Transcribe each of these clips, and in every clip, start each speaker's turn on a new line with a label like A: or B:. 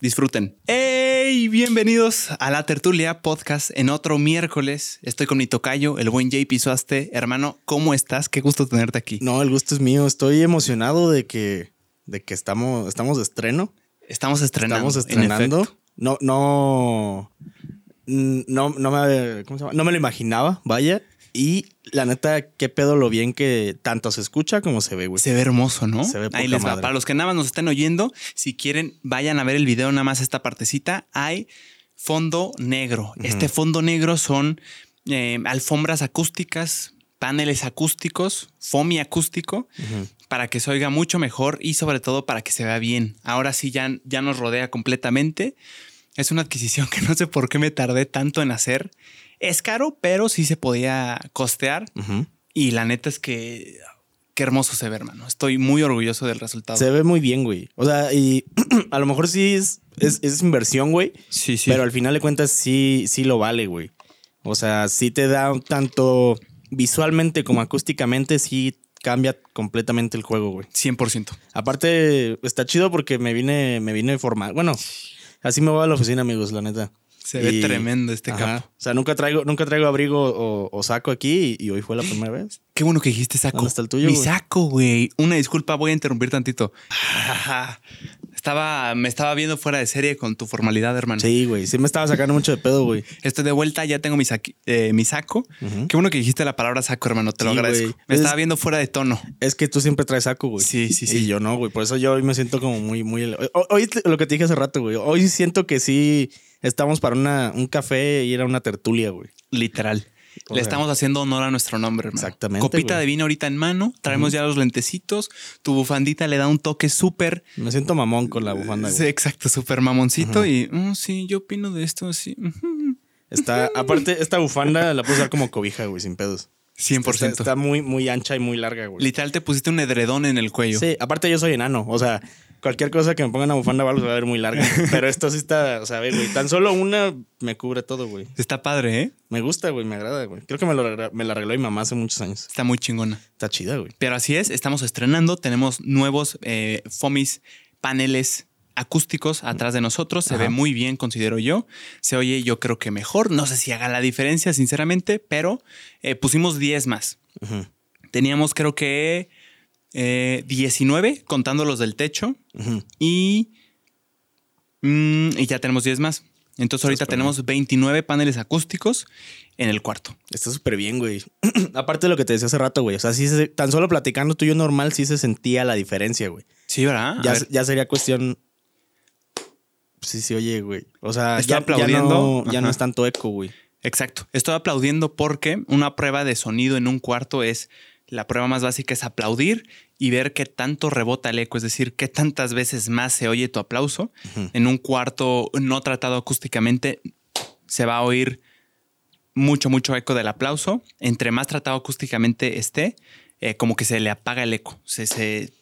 A: Disfruten. ¡Hey! Bienvenidos a la tertulia podcast en otro miércoles. Estoy con mi tocayo, el buen JP Suaste. Hermano, ¿cómo estás? Qué gusto tenerte aquí.
B: No, el gusto es mío. Estoy emocionado de que, de que estamos, estamos de estreno.
A: Estamos estrenando.
B: Estamos
A: en
B: estrenando.
A: efecto.
B: No, no, mm, no, no me, ¿cómo se llama? no me lo imaginaba, vaya. Y la neta, qué pedo lo bien que tanto se escucha como se ve, güey.
A: Se ve hermoso, ¿no?
B: Se ve poca
A: Ahí les va.
B: madre.
A: Para los que nada más nos estén oyendo, si quieren, vayan a ver el video, nada más esta partecita. Hay fondo negro. Este fondo negro son eh, alfombras acústicas, paneles acústicos, foamy acústico,
B: Ujú.
A: para que se oiga mucho mejor y sobre todo para que se vea bien. Ahora sí ya, ya nos rodea completamente. Es una adquisición que no sé por qué me tardé tanto en hacer. Es caro, pero sí se podía costear.
B: Ujú.
A: Y la neta es que qué hermoso se ve, hermano. Estoy muy orgulloso del resultado.
B: Se ve muy bien, güey. O sea, y a lo mejor sí es, es, es inversión, güey.
A: sí, sí.
B: Pero al final de cuentas sí, sí lo vale, güey. O sea, sí te da un tanto visualmente como acústicamente, sí cambia completamente el juego, güey.
A: 100%.
B: Aparte, está chido porque me vine, me vine formal. Bueno, así me voy a la oficina, amigos, la neta.
A: Se ve
B: Y-
A: tremendo este
B: Ajá.
A: capo.
B: O sea, nunca traigo, nunca traigo abrigo o, o saco aquí y, y hoy fue la primera vez.
A: Qué bueno que dijiste saco.
B: ¿Dónde está el tuyo,
A: Mi
B: güey?
A: saco, güey. Una disculpa, voy a interrumpir tantito. Estaba, me estaba viendo fuera de serie con tu formalidad, hermano.
B: Sí, güey. Sí me estaba sacando mucho de pedo, güey.
A: Estoy de vuelta, ya tengo mi, saqui- eh, mi saco.
B: Ujú.
A: Qué bueno que dijiste la palabra saco, hermano. Te lo
B: ¿Mm? Sí,
A: agradezco.
B: güey.
A: Me
B: Es-
A: estaba viendo fuera de tono.
B: Es que tú siempre traes saco, güey.
A: Sí, sí, sí.
B: Y yo no, güey. Por eso yo hoy me siento como muy, muy. ele- Hoy, hoy te- lo que te dije hace rato, güey. Hoy siento que sí estamos para una, un café y era una tertulia, güey.
A: Literal.
B: O
A: Le
B: sea.
A: estamos haciendo honor a nuestro nombre, hermano.
B: Exactamente,
A: Copita
B: güey.
A: de vino ahorita en mano. Traemos ya los lentecitos. Tu bufandita le da un toque súper.
B: Me siento mamón con la bufanda,
A: Sí,
B: güey.
A: exacto, súper mamoncito. Y "Mm, sí, yo opino de esto así. ujú".
B: Está, aparte, esta bufanda la puedo usar como cobija, güey, sin pedos.
A: 100%.
B: Está, está muy, muy ancha y muy larga, güey.
A: Literal, te pusiste un edredón en el cuello.
B: Sí, aparte yo soy enano. O sea, cualquier cosa que me ponga una bufanda va a ver muy larga. Pero esto sí está, o sea, a ver, güey. Tan solo una me cubre todo, güey.
A: Está padre, ¿eh?
B: Me gusta, güey, me agrada, güey. Creo que me, lo, regra- me la arregló mi mamá hace muchos años.
A: Está muy chingona.
B: Está chida, güey.
A: Pero así es, estamos estrenando. Tenemos nuevos eh, FOMIS paneles acústicos atrás de nosotros. Se
B: Ajá.
A: ve muy bien, considero yo. Se oye, yo creo que mejor. No sé si haga la diferencia, sinceramente, pero eh, pusimos 10 más.
B: Ujú,
A: Teníamos, creo que, eh, 19, contando los del techo.
B: ujú.
A: Y, mm, y ya tenemos 10 más. Entonces ahorita
B: Estás
A: tenemos 29 paneles acústicos en el cuarto.
B: Está súper bien, güey. Aparte de lo que te decía hace rato, güey. O sea, sí se- tan solo platicando tú y yo normal, sí se sentía la diferencia, güey.
A: Sí, ¿verdad? A
B: Ya,
A: ver,
B: ya sería cuestión. Sí, sí, oye, güey. O sea,
A: Está
B: ya, ya
A: aplaudiendo.
B: no, ya no
A: Ajá.
B: es tanto eco, güey.
A: exacto. Estoy aplaudiendo porque una prueba de sonido en un cuarto es la prueba más básica es aplaudir y ver qué tanto rebota el eco, es decir, qué tantas veces más se oye tu aplauso.
B: Ujú.
A: En un cuarto no tratado acústicamente se va a oír mucho, mucho eco del aplauso. Entre más tratado acústicamente esté, eh, como que se le apaga el eco, se, se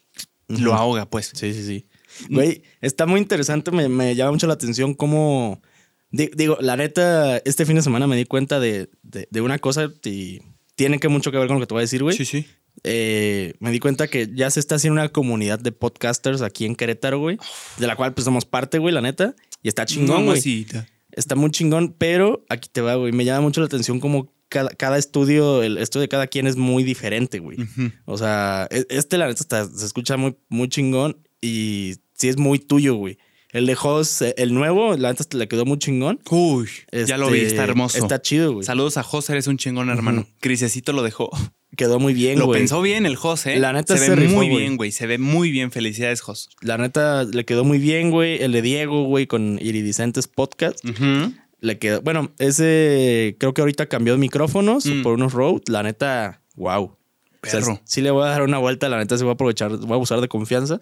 A: lo
B: Ujú.
A: ahoga, pues.
B: Sí, sí, sí. Mm. Güey, está muy interesante, me, me llama mucho la atención cómo... di- Digo, la neta, este fin de semana me di cuenta de, de- de una cosa y tiene que mucho que ver con lo que te voy a decir, güey.
A: sí.
B: Eh, me di cuenta que ya se está haciendo una comunidad de podcasters aquí en Querétaro, güey. De la cual pues somos parte, güey, la neta. Y está chingón, güey.
A: Mamacita.
B: Está muy chingón, pero aquí te va, güey. Me llama mucho la atención cómo cada, cada estudio, el estudio de cada quien es muy diferente, güey.
A: Ujú.
B: O sea, e- este la neta está- se escucha muy, muy chingón y sí es muy tuyo, güey. El de Hoss, eh, el nuevo, la neta le quedó muy chingón.
A: Uy, ya lo vi,
B: Este,
A: está hermoso.
B: Está chido, güey.
A: Saludos a José, eres un chingón, hermano. Crisecito lo dejó.
B: Quedó muy bien,
A: Lo
B: güey.
A: pensó bien el José. ¿eh?
B: La neta
A: se
B: se
A: ve
B: rifó,
A: muy
B: güey.
A: bien, güey. Se ve muy bien. Felicidades, José.
B: La neta le quedó muy bien, güey. El de Diego, güey, con Iridicentes Podcast.
A: Ujú.
B: Le quedó. Bueno, ese creo que ahorita cambió de micrófonos
A: Mm.
B: por unos Rode. La neta, wow.
A: Perro.
B: sí le voy a dar una vuelta, la neta se voy a aprovechar, voy a abusar de confianza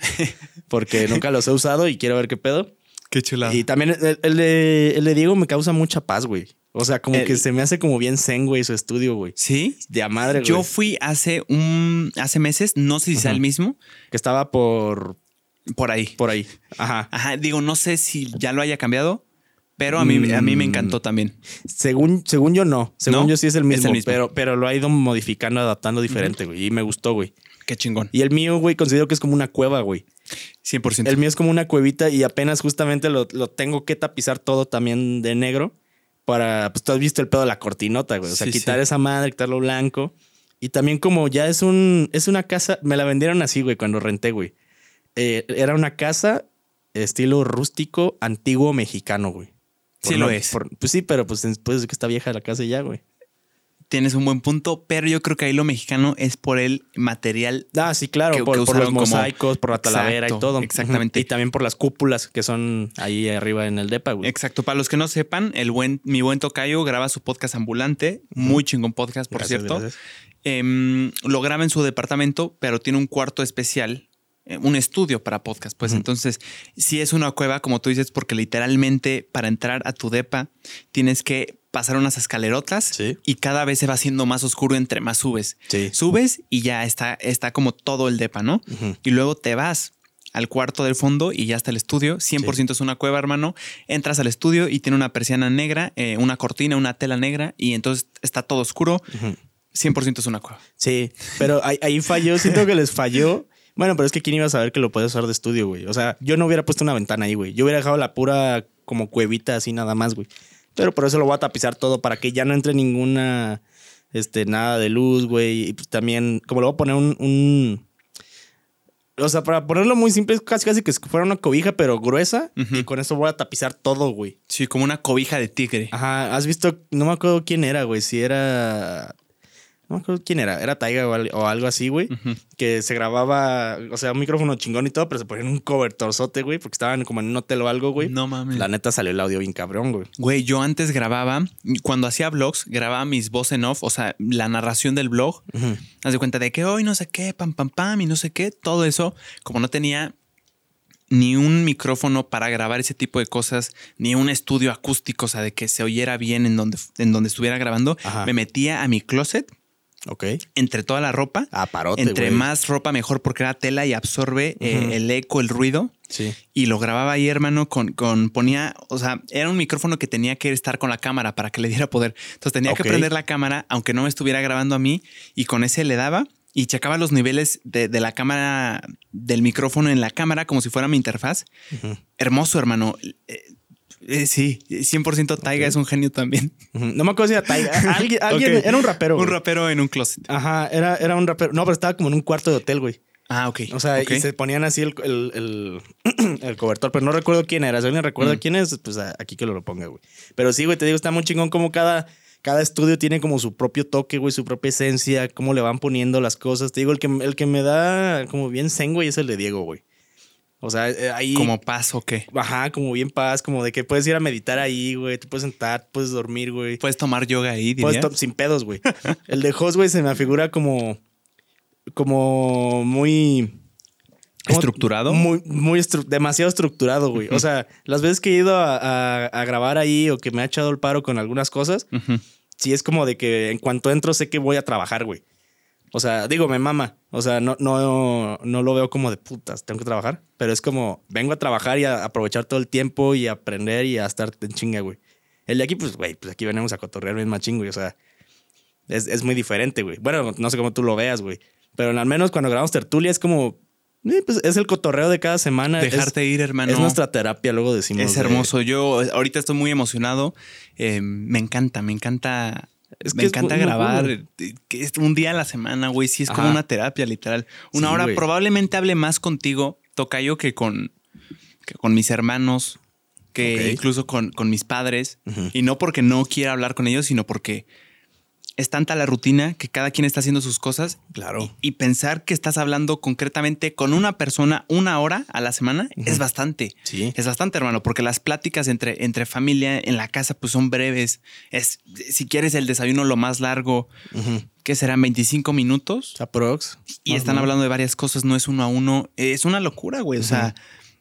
B: porque nunca los he usado y quiero ver qué pedo.
A: Qué chulada.
B: Y también el, el de, el de Diego me causa mucha paz, güey. O sea, como
A: El-
B: que se me hace como bien zen, güey, su estudio, güey.
A: Sí.
B: De a madre,
A: Yo
B: güey.
A: fui hace un hace meses, no sé si sea
B: Ajá.
A: el mismo,
B: Que estaba por,
A: por ahí.
B: por ahí. Ajá.
A: Ajá, digo, no sé si ya lo haya cambiado, pero a mí, a mí me
B: Mm.
A: encantó también.
B: Según, según yo, no. Según
A: ¿No?
B: yo sí es el mismo.
A: Es el mismo.
B: Pero, pero lo ha ido modificando, adaptando diferente, güey. Y me gustó, güey.
A: Qué chingón.
B: Y el mío, güey, considero que es como una cueva, güey.
A: 100%.
B: El mío es como una cuevita y apenas justamente lo, lo tengo que tapizar todo también de negro para, pues tú has visto el pedo de la cortinota, güey. O sea,
A: Sí,
B: quitar
A: sí.
B: esa madre, quitarlo blanco. Y también como ya es un, es una casa, me la vendieron así, güey, cuando renté, güey. Eh, era una casa estilo rústico, antiguo mexicano, güey. Por
A: Sí lo es.
B: por- pues sí, pero pues después de que está vieja la casa ya, güey.
A: Tienes un buen punto, pero yo creo que ahí lo mexicano es por el material.
B: Ah, sí, claro,
A: Que-
B: por,
A: que
B: por los
A: usaron como-
B: mosaicos, por la talavera y
A: Exacto,
B: todo.
A: exactamente.
B: Y también por las cúpulas que son ahí arriba en el depa, güey.
A: Exacto. Para los que no sepan, el buen, mi buen tocayo graba su podcast ambulante, muy chingón podcast, por
B: Gracias,
A: cierto.
B: gracias.
A: Em, lo graba en su departamento, pero tiene un cuarto especial, eh, un estudio para podcast. Pues
B: Ujú.
A: entonces, si es una cueva, como tú dices, porque literalmente para entrar a tu depa tienes que pasar unas escalerotas
B: Sí.
A: y cada vez se va haciendo más oscuro entre más subes.
B: Sí.
A: Subes y ya está, está como todo el depa, ¿no?
B: Ujú.
A: Y luego te vas al cuarto del fondo y ya está el estudio. 100% es una cueva, hermano. Entras al estudio y tiene una persiana negra, eh, una cortina, una tela negra y entonces está todo oscuro. 100% es una cueva.
B: Sí, pero ahí, ahí falló, siento que les falló. Bueno, pero es que quién iba a saber que lo puedes usar de estudio, güey. O sea, yo no hubiera puesto una ventana ahí, güey. Yo hubiera dejado la pura como cuevita así nada más, güey. Pero por eso lo voy a tapizar todo para que ya no entre ninguna, este, nada de luz, güey. Y pues también, como le voy a poner un, un- o sea, para ponerlo muy simple, es casi casi que fuera una cobija, pero gruesa.
A: Ujú.
B: Y con eso voy a tapizar todo, güey.
A: Sí, como una cobija de tigre.
B: Ajá, has visto, no me acuerdo quién era, güey, si era... No me acuerdo quién era, era Taiga o, al- o algo así, güey,
A: Ujú.
B: que se grababa, o sea, un micrófono chingón y todo, pero se ponían un cover torsote, güey, porque estaban como en un hotel o algo, güey.
A: No mames.
B: La neta salió el audio bien cabrón, güey.
A: Güey, yo antes grababa, cuando hacía vlogs, grababa mis voz en off, o sea, la narración del blog. Haz de cuenta de que hoy no sé qué, pam, pam, pam, y no sé qué. Todo eso, como no tenía ni un micrófono para grabar ese tipo de cosas, ni un estudio acústico, o sea, de que se oyera bien en donde, en donde estuviera grabando,
B: Ajá.
A: me metía a mi closet
B: Ok.
A: entre toda la ropa.
B: Ah, parote,
A: entre
B: güey.
A: más ropa mejor porque era tela y absorbe eh,
B: Ujú.
A: el eco, el ruido.
B: Sí.
A: Y lo grababa ahí, hermano, con, con ponía, o sea, era un micrófono que tenía que estar con la cámara para que le diera poder. Entonces tenía
B: Ok.
A: que prender la cámara, aunque no me estuviera grabando a mí, y con ese le daba y checaba los niveles de, de la cámara, del micrófono en la cámara, como si fuera mi interfaz.
B: Ujú.
A: Hermoso, hermano. Eh, eh, sí, 100% Taiga es un genio también.
B: Ujú. No me acuerdo si era Taiga. Alguien, alguien-
A: Ok.
B: era un rapero.
A: un
B: güey.
A: rapero en un closet.
B: Ajá, era, era un rapero. No, pero estaba como en un cuarto de hotel, güey.
A: Ah, ok.
B: O sea,
A: ok.
B: y se ponían así el, el- el- el cobertor, pero no recuerdo quién era. Si alguien recuerda
A: Mm.
B: quién es, pues a- aquí que lo ponga, güey. Pero sí, güey, te digo, está muy chingón como cada, cada estudio tiene como su propio toque, güey, su propia esencia, cómo le van poniendo las cosas. Te digo, el que, el que me da como bien zen, güey, es el de Diego, güey. O sea, eh, ahí...
A: como paso que
B: Ajá, como bien paz, como de que puedes ir a meditar ahí, güey. Te puedes sentar, puedes dormir, güey.
A: puedes tomar yoga ahí,
B: Pues,
A: diría.
B: to- sin pedos, güey. El de Hoss, güey, se me figura como. Como muy. como-
A: Estructurado.
B: Muy, muy estru- demasiado estructurado, güey. O sea, las veces que he ido a, a- a grabar ahí o que me ha echado el paro con algunas cosas,
A: Ujú.
B: sí es como de que en cuanto entro sé que voy a trabajar, güey. O sea, digo, me mama. O sea, no, no, no lo veo como de putas, tengo que trabajar. Pero es como, vengo a trabajar y a aprovechar todo el tiempo y a aprender y a estar en chinga, güey. El de aquí, pues, güey, pues aquí venimos a cotorrear bien machín, güey. O sea, es, es muy diferente, güey. Bueno, no sé cómo tú lo veas, güey. Pero al menos cuando grabamos tertulia es como, eh, pues es el cotorreo de cada semana. Es-
A: Dejarte ir,
B: es,
A: hermano.
B: nuestra terapia, luego decimos.
A: Es
B: de-
A: hermoso. Yo eh, ahorita estoy muy emocionado. Eh, me encanta, me encanta.
B: Es
A: me
B: que es
A: encanta
B: muy
A: grabar
B: bueno.
A: eh, que es un día a la semana, güey. Sí, es como
B: Ajá.
A: una terapia, literal. Una
B: Sí,
A: hora
B: güey.
A: probablemente hable más contigo, Tocayo, que con, que con mis hermanos, que
B: Ok.
A: incluso con, con mis padres.
B: Ujú.
A: Y no porque no quiera hablar con ellos, sino porque es tanta la rutina que cada quien está haciendo sus cosas
B: Claro.
A: y pensar que estás hablando concretamente con una persona una hora a la semana es bastante.
B: Sí.
A: Es bastante, hermano, porque las pláticas entre, entre familia en la casa pues son breves. Es, si quieres el desayuno lo más largo,
B: Ujú.
A: que serán 25 minutos
B: Aprox.
A: y
B: Más o
A: están
B: menos.
A: hablando de varias cosas, no es uno a uno. Es una locura, güey. O sea,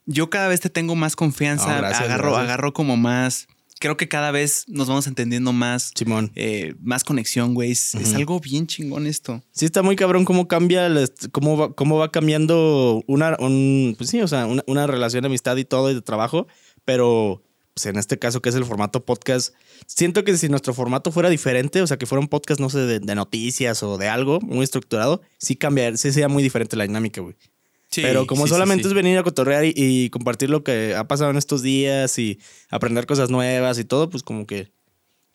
A: yo cada vez te tengo más confianza,
B: No, Ah, gracias,
A: agarro,
B: gracias.
A: agarro como más. Creo que cada vez nos vamos entendiendo más,
B: Simón.
A: eh, más conexión, güey. Es, es
B: Ujú.
A: algo bien chingón esto.
B: Sí, está muy cabrón cómo cambia, el est- cómo va, cómo va cambiando una, un- pues sí, o sea, una, una relación de amistad y todo y de trabajo, pero pues en este caso que es el formato podcast, siento que si nuestro formato fuera diferente, o sea, que fuera un podcast, no sé, de, de noticias o de algo muy estructurado, sí cambiar, sí sería muy diferente la dinámica, güey. pero como solamente es venir a cotorrear y, y compartir lo que ha pasado en estos días y aprender cosas nuevas y todo, pues como que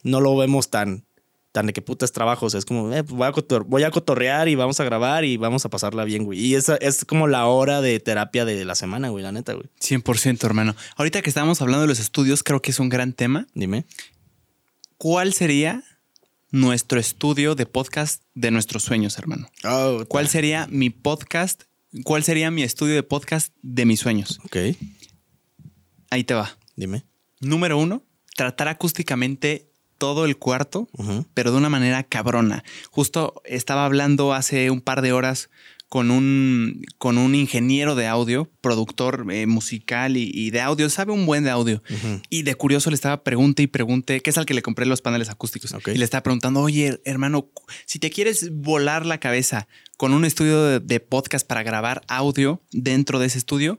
B: no lo vemos tan, tan de que putas trabajos. es como, eh, pues voy, a cotor- voy a cotorrear y vamos a grabar y vamos a pasarla bien, güey. Y esa es como la hora de terapia de la semana, güey, la neta, güey.
A: 100%, hermano. Ahorita que estábamos hablando de los estudios, creo que es un gran tema.
B: Dime.
A: ¿Cuál sería nuestro estudio de podcast de nuestros sueños, hermano? ¿Cuál sería mi podcast? ¿Cuál sería mi estudio de podcast de mis sueños?
B: Ok,
A: Ahí te va.
B: dime.
A: Número uno, tratar acústicamente todo el cuarto,
B: Ujú.
A: pero de una manera cabrona. Justo estaba hablando hace un par de horas con un, con un ingeniero de audio, productor eh, musical y, y de audio, sabe un buen de audio.
B: Ujú.
A: Y de curioso le estaba pregunte y pregunte, que es al que le compré los paneles acústicos.
B: Ok.
A: Y le estaba preguntando, oye, her- hermano, cu- si te quieres volar la cabeza con un estudio de, de podcast para grabar audio dentro de ese estudio,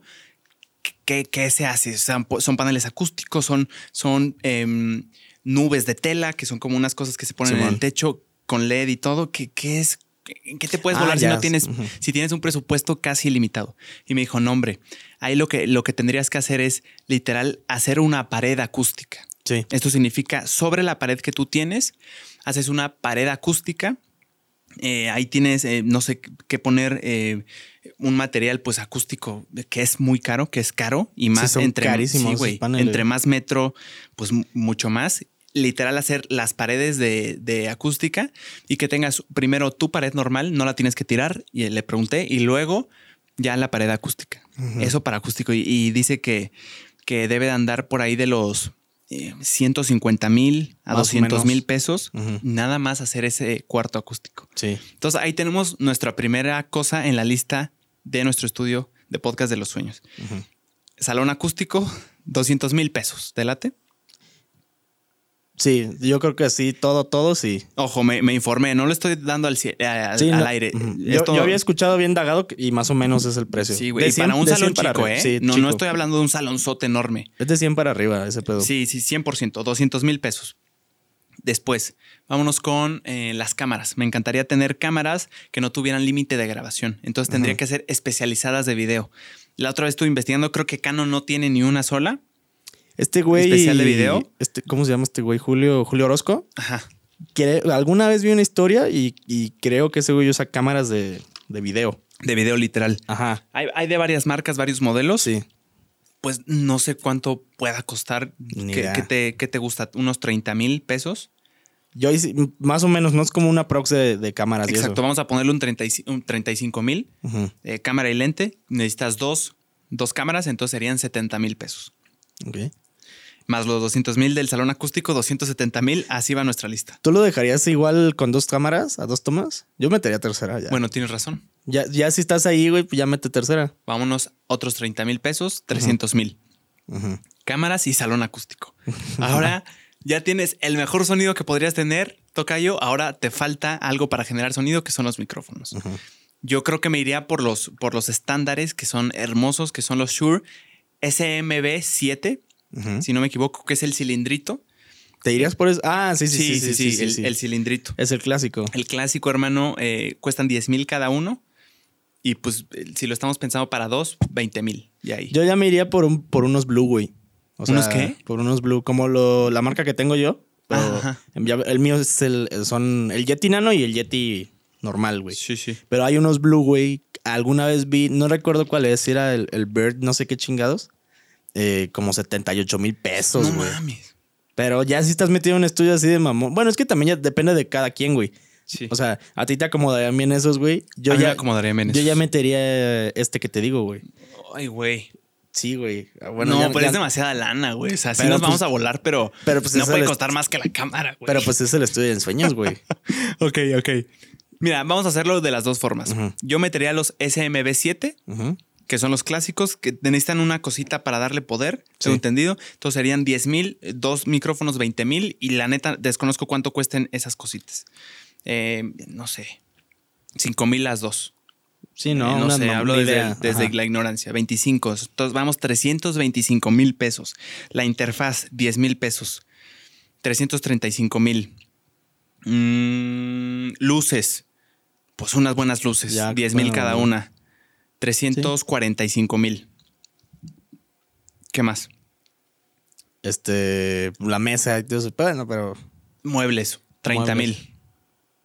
A: ¿qué, qué se hace? Son, po- son paneles acústicos, son, son em, nubes de tela, que son como unas cosas que se ponen en
B: Simón.
A: el techo con LED y todo. ¿Qué, qué es? ¿En qué te puedes
B: Ah,
A: volar si
B: ya.
A: no tienes
B: Ujú.
A: si tienes un presupuesto casi ilimitado. Y me dijo, no, hombre, ahí lo que, lo que tendrías que hacer es literal hacer una pared acústica.
B: Sí.
A: Esto significa sobre la pared que tú tienes, haces una pared acústica. eh, ahí tienes, eh, no sé qué poner, eh, un material pues acústico que es muy caro, que es caro y más
B: son
A: entre,
B: carísimos esos
A: güey,
B: paneles.
A: entre más metro, pues mu- mucho más. Literal hacer las paredes de, de acústica y que tengas primero tu pared normal, no la tienes que tirar, y le pregunté, y luego ya la pared acústica. Eso para acústico. Y, y dice que, que debe de andar por ahí de los eh, 150 mil a
B: Más o
A: 200 mil
B: menos.
A: pesos,
B: Ujú.
A: nada más hacer ese cuarto acústico.
B: Sí.
A: Entonces ahí tenemos nuestra primera cosa en la lista de nuestro estudio de podcast de los sueños.
B: Ujú.
A: Salón acústico, 200 mil pesos. ¿Te late?
B: Sí, yo creo que sí, todo, todo, sí.
A: Ojo, me, me informé, no lo estoy dando al, cie- a- a-
B: Sí,
A: al
B: no.
A: aire.
B: Ujú. Yo,
A: Esto-
B: yo había escuchado bien dagado que- y más o menos es el precio.
A: Sí, güey.
B: De
A: Y
B: 100
A: Para un
B: de
A: salón
B: 100 para
A: chico, ¿eh?
B: arriba. Sí,
A: no, no
B: chico.
A: estoy hablando de un salonzote enorme.
B: Es de 100 para arriba ese pedo.
A: Sí, sí, 100%, 200 mil pesos. Después, vámonos con eh, las cámaras. Me encantaría tener cámaras que no tuvieran límite de grabación. Entonces tendría
B: Ajá.
A: que ser especializadas de video. La otra vez estuve investigando, creo que Canon no tiene ni una sola.
B: Este güey.
A: ¿Especial de video?
B: Este, ¿Cómo se llama este güey? Julio, Julio Orozco.
A: Ajá.
B: Que alguna vez vi una historia y, y creo que ese güey usa cámaras de, de video.
A: De video literal.
B: Ajá.
A: Hay, hay de varias marcas, varios modelos.
B: Sí.
A: Pues no sé cuánto pueda costar.
B: Ni
A: ¿Qué,
B: idea.
A: qué te, qué te gusta? ¿Unos 30 mil pesos?
B: Yo hice- más o menos, no es como una prox de, de cámaras. y eso.
A: Exacto, vamos a ponerle un, 35 un 35 mil.
B: Ujú.
A: eh, cámara y lente, necesitas dos, dos cámaras, entonces serían 70 mil pesos.
B: Ok.
A: Más los 200 mil del salón acústico, 270 mil, así va nuestra lista.
B: ¿Tú lo dejarías igual con dos cámaras, a dos tomas? Yo metería tercera ya.
A: Bueno, tienes razón.
B: Ya, ya si estás ahí, güey, pues ya mete tercera.
A: Vámonos, otros 30 mil pesos, 300 mil.
B: Ujú.
A: Cámaras y salón acústico. Ahora ya tienes el mejor sonido que podrías tener, Tocayo. Ahora te falta algo para generar sonido, que son los micrófonos.
B: Ujú.
A: Yo creo que me iría por los, por los estándares que son hermosos, que son los Shure SMB7,
B: Ujú.
A: si no me equivoco, que es el cilindrito.
B: ¿Te irías por eso? Ah, sí, sí,
A: Sí, sí, sí,
B: sí,
A: el,
B: sí.
A: el cilindrito.
B: Es el clásico.
A: El clásico, hermano, eh, cuestan 10 mil cada uno. Y pues, eh, si lo estamos pensando para dos, 20 mil. Y ahí.
B: Yo ya me iría por, un, por unos blue, güey. O
A: ¿Unos qué?
B: Por unos blue, como lo, la marca que tengo yo. pero
A: Ajá.
B: ya- el mío es el, son el Yeti Nano y el Yeti normal, güey.
A: sí, sí.
B: Pero hay unos blue, güey. Alguna vez vi, no recuerdo cuál es, si era el, el Bird, no sé qué chingados. eh, como 78 mil pesos,
A: No
B: güey.
A: mames.
B: Pero ya si estás metido en un estudio así de mamón. Bueno, es que también ya depende de cada quien, güey.
A: Sí.
B: O sea, a ti te acomodarían bien esos, güey. Yo,
A: A mí me
B: ya,
A: acomodaría bien
B: yo
A: eso.
B: ya metería este que te digo, güey.
A: Ay, güey.
B: Sí, güey. Ah, Bueno,
A: no,
B: ya-
A: pero
B: ya-
A: es demasiada lana, güey. O sea, sí
B: Pero,
A: nos
B: pues,
A: vamos a volar, pero,
B: pero, pues,
A: no
B: es
A: puede
B: el-
A: costar más que la cámara, güey.
B: Pero pues es el estudio de ensueños, güey.
A: ok, ok. Mira, vamos a hacerlo de las dos formas.
B: Ujú.
A: Yo metería los SMB7
B: Ujú.
A: que son los clásicos, que necesitan una cosita para darle poder,
B: Sí.
A: tengo entendido. Entonces serían 10 mil, dos micrófonos 20 mil y la neta desconozco cuánto cuesten esas cositas. Eh, no sé, 5 mil las dos.
B: Sí,
A: Eh,
B: no,
A: no
B: una
A: sé,
B: mam-
A: hablo
B: una
A: desde,
B: idea.
A: desde
B: Ajá.
A: la ignorancia. 25, entonces vamos 325 mil pesos. La interfaz, 10 mil pesos. 335 mil. Mm, luces, pues unas buenas luces,
B: Ya,
A: 10 mil
B: bueno,
A: cada
B: bueno.
A: una. 345 mil. ¿Qué más?
B: Este, la mesa, y todo eso. Bueno, pero.
A: Muebles, 30 mil.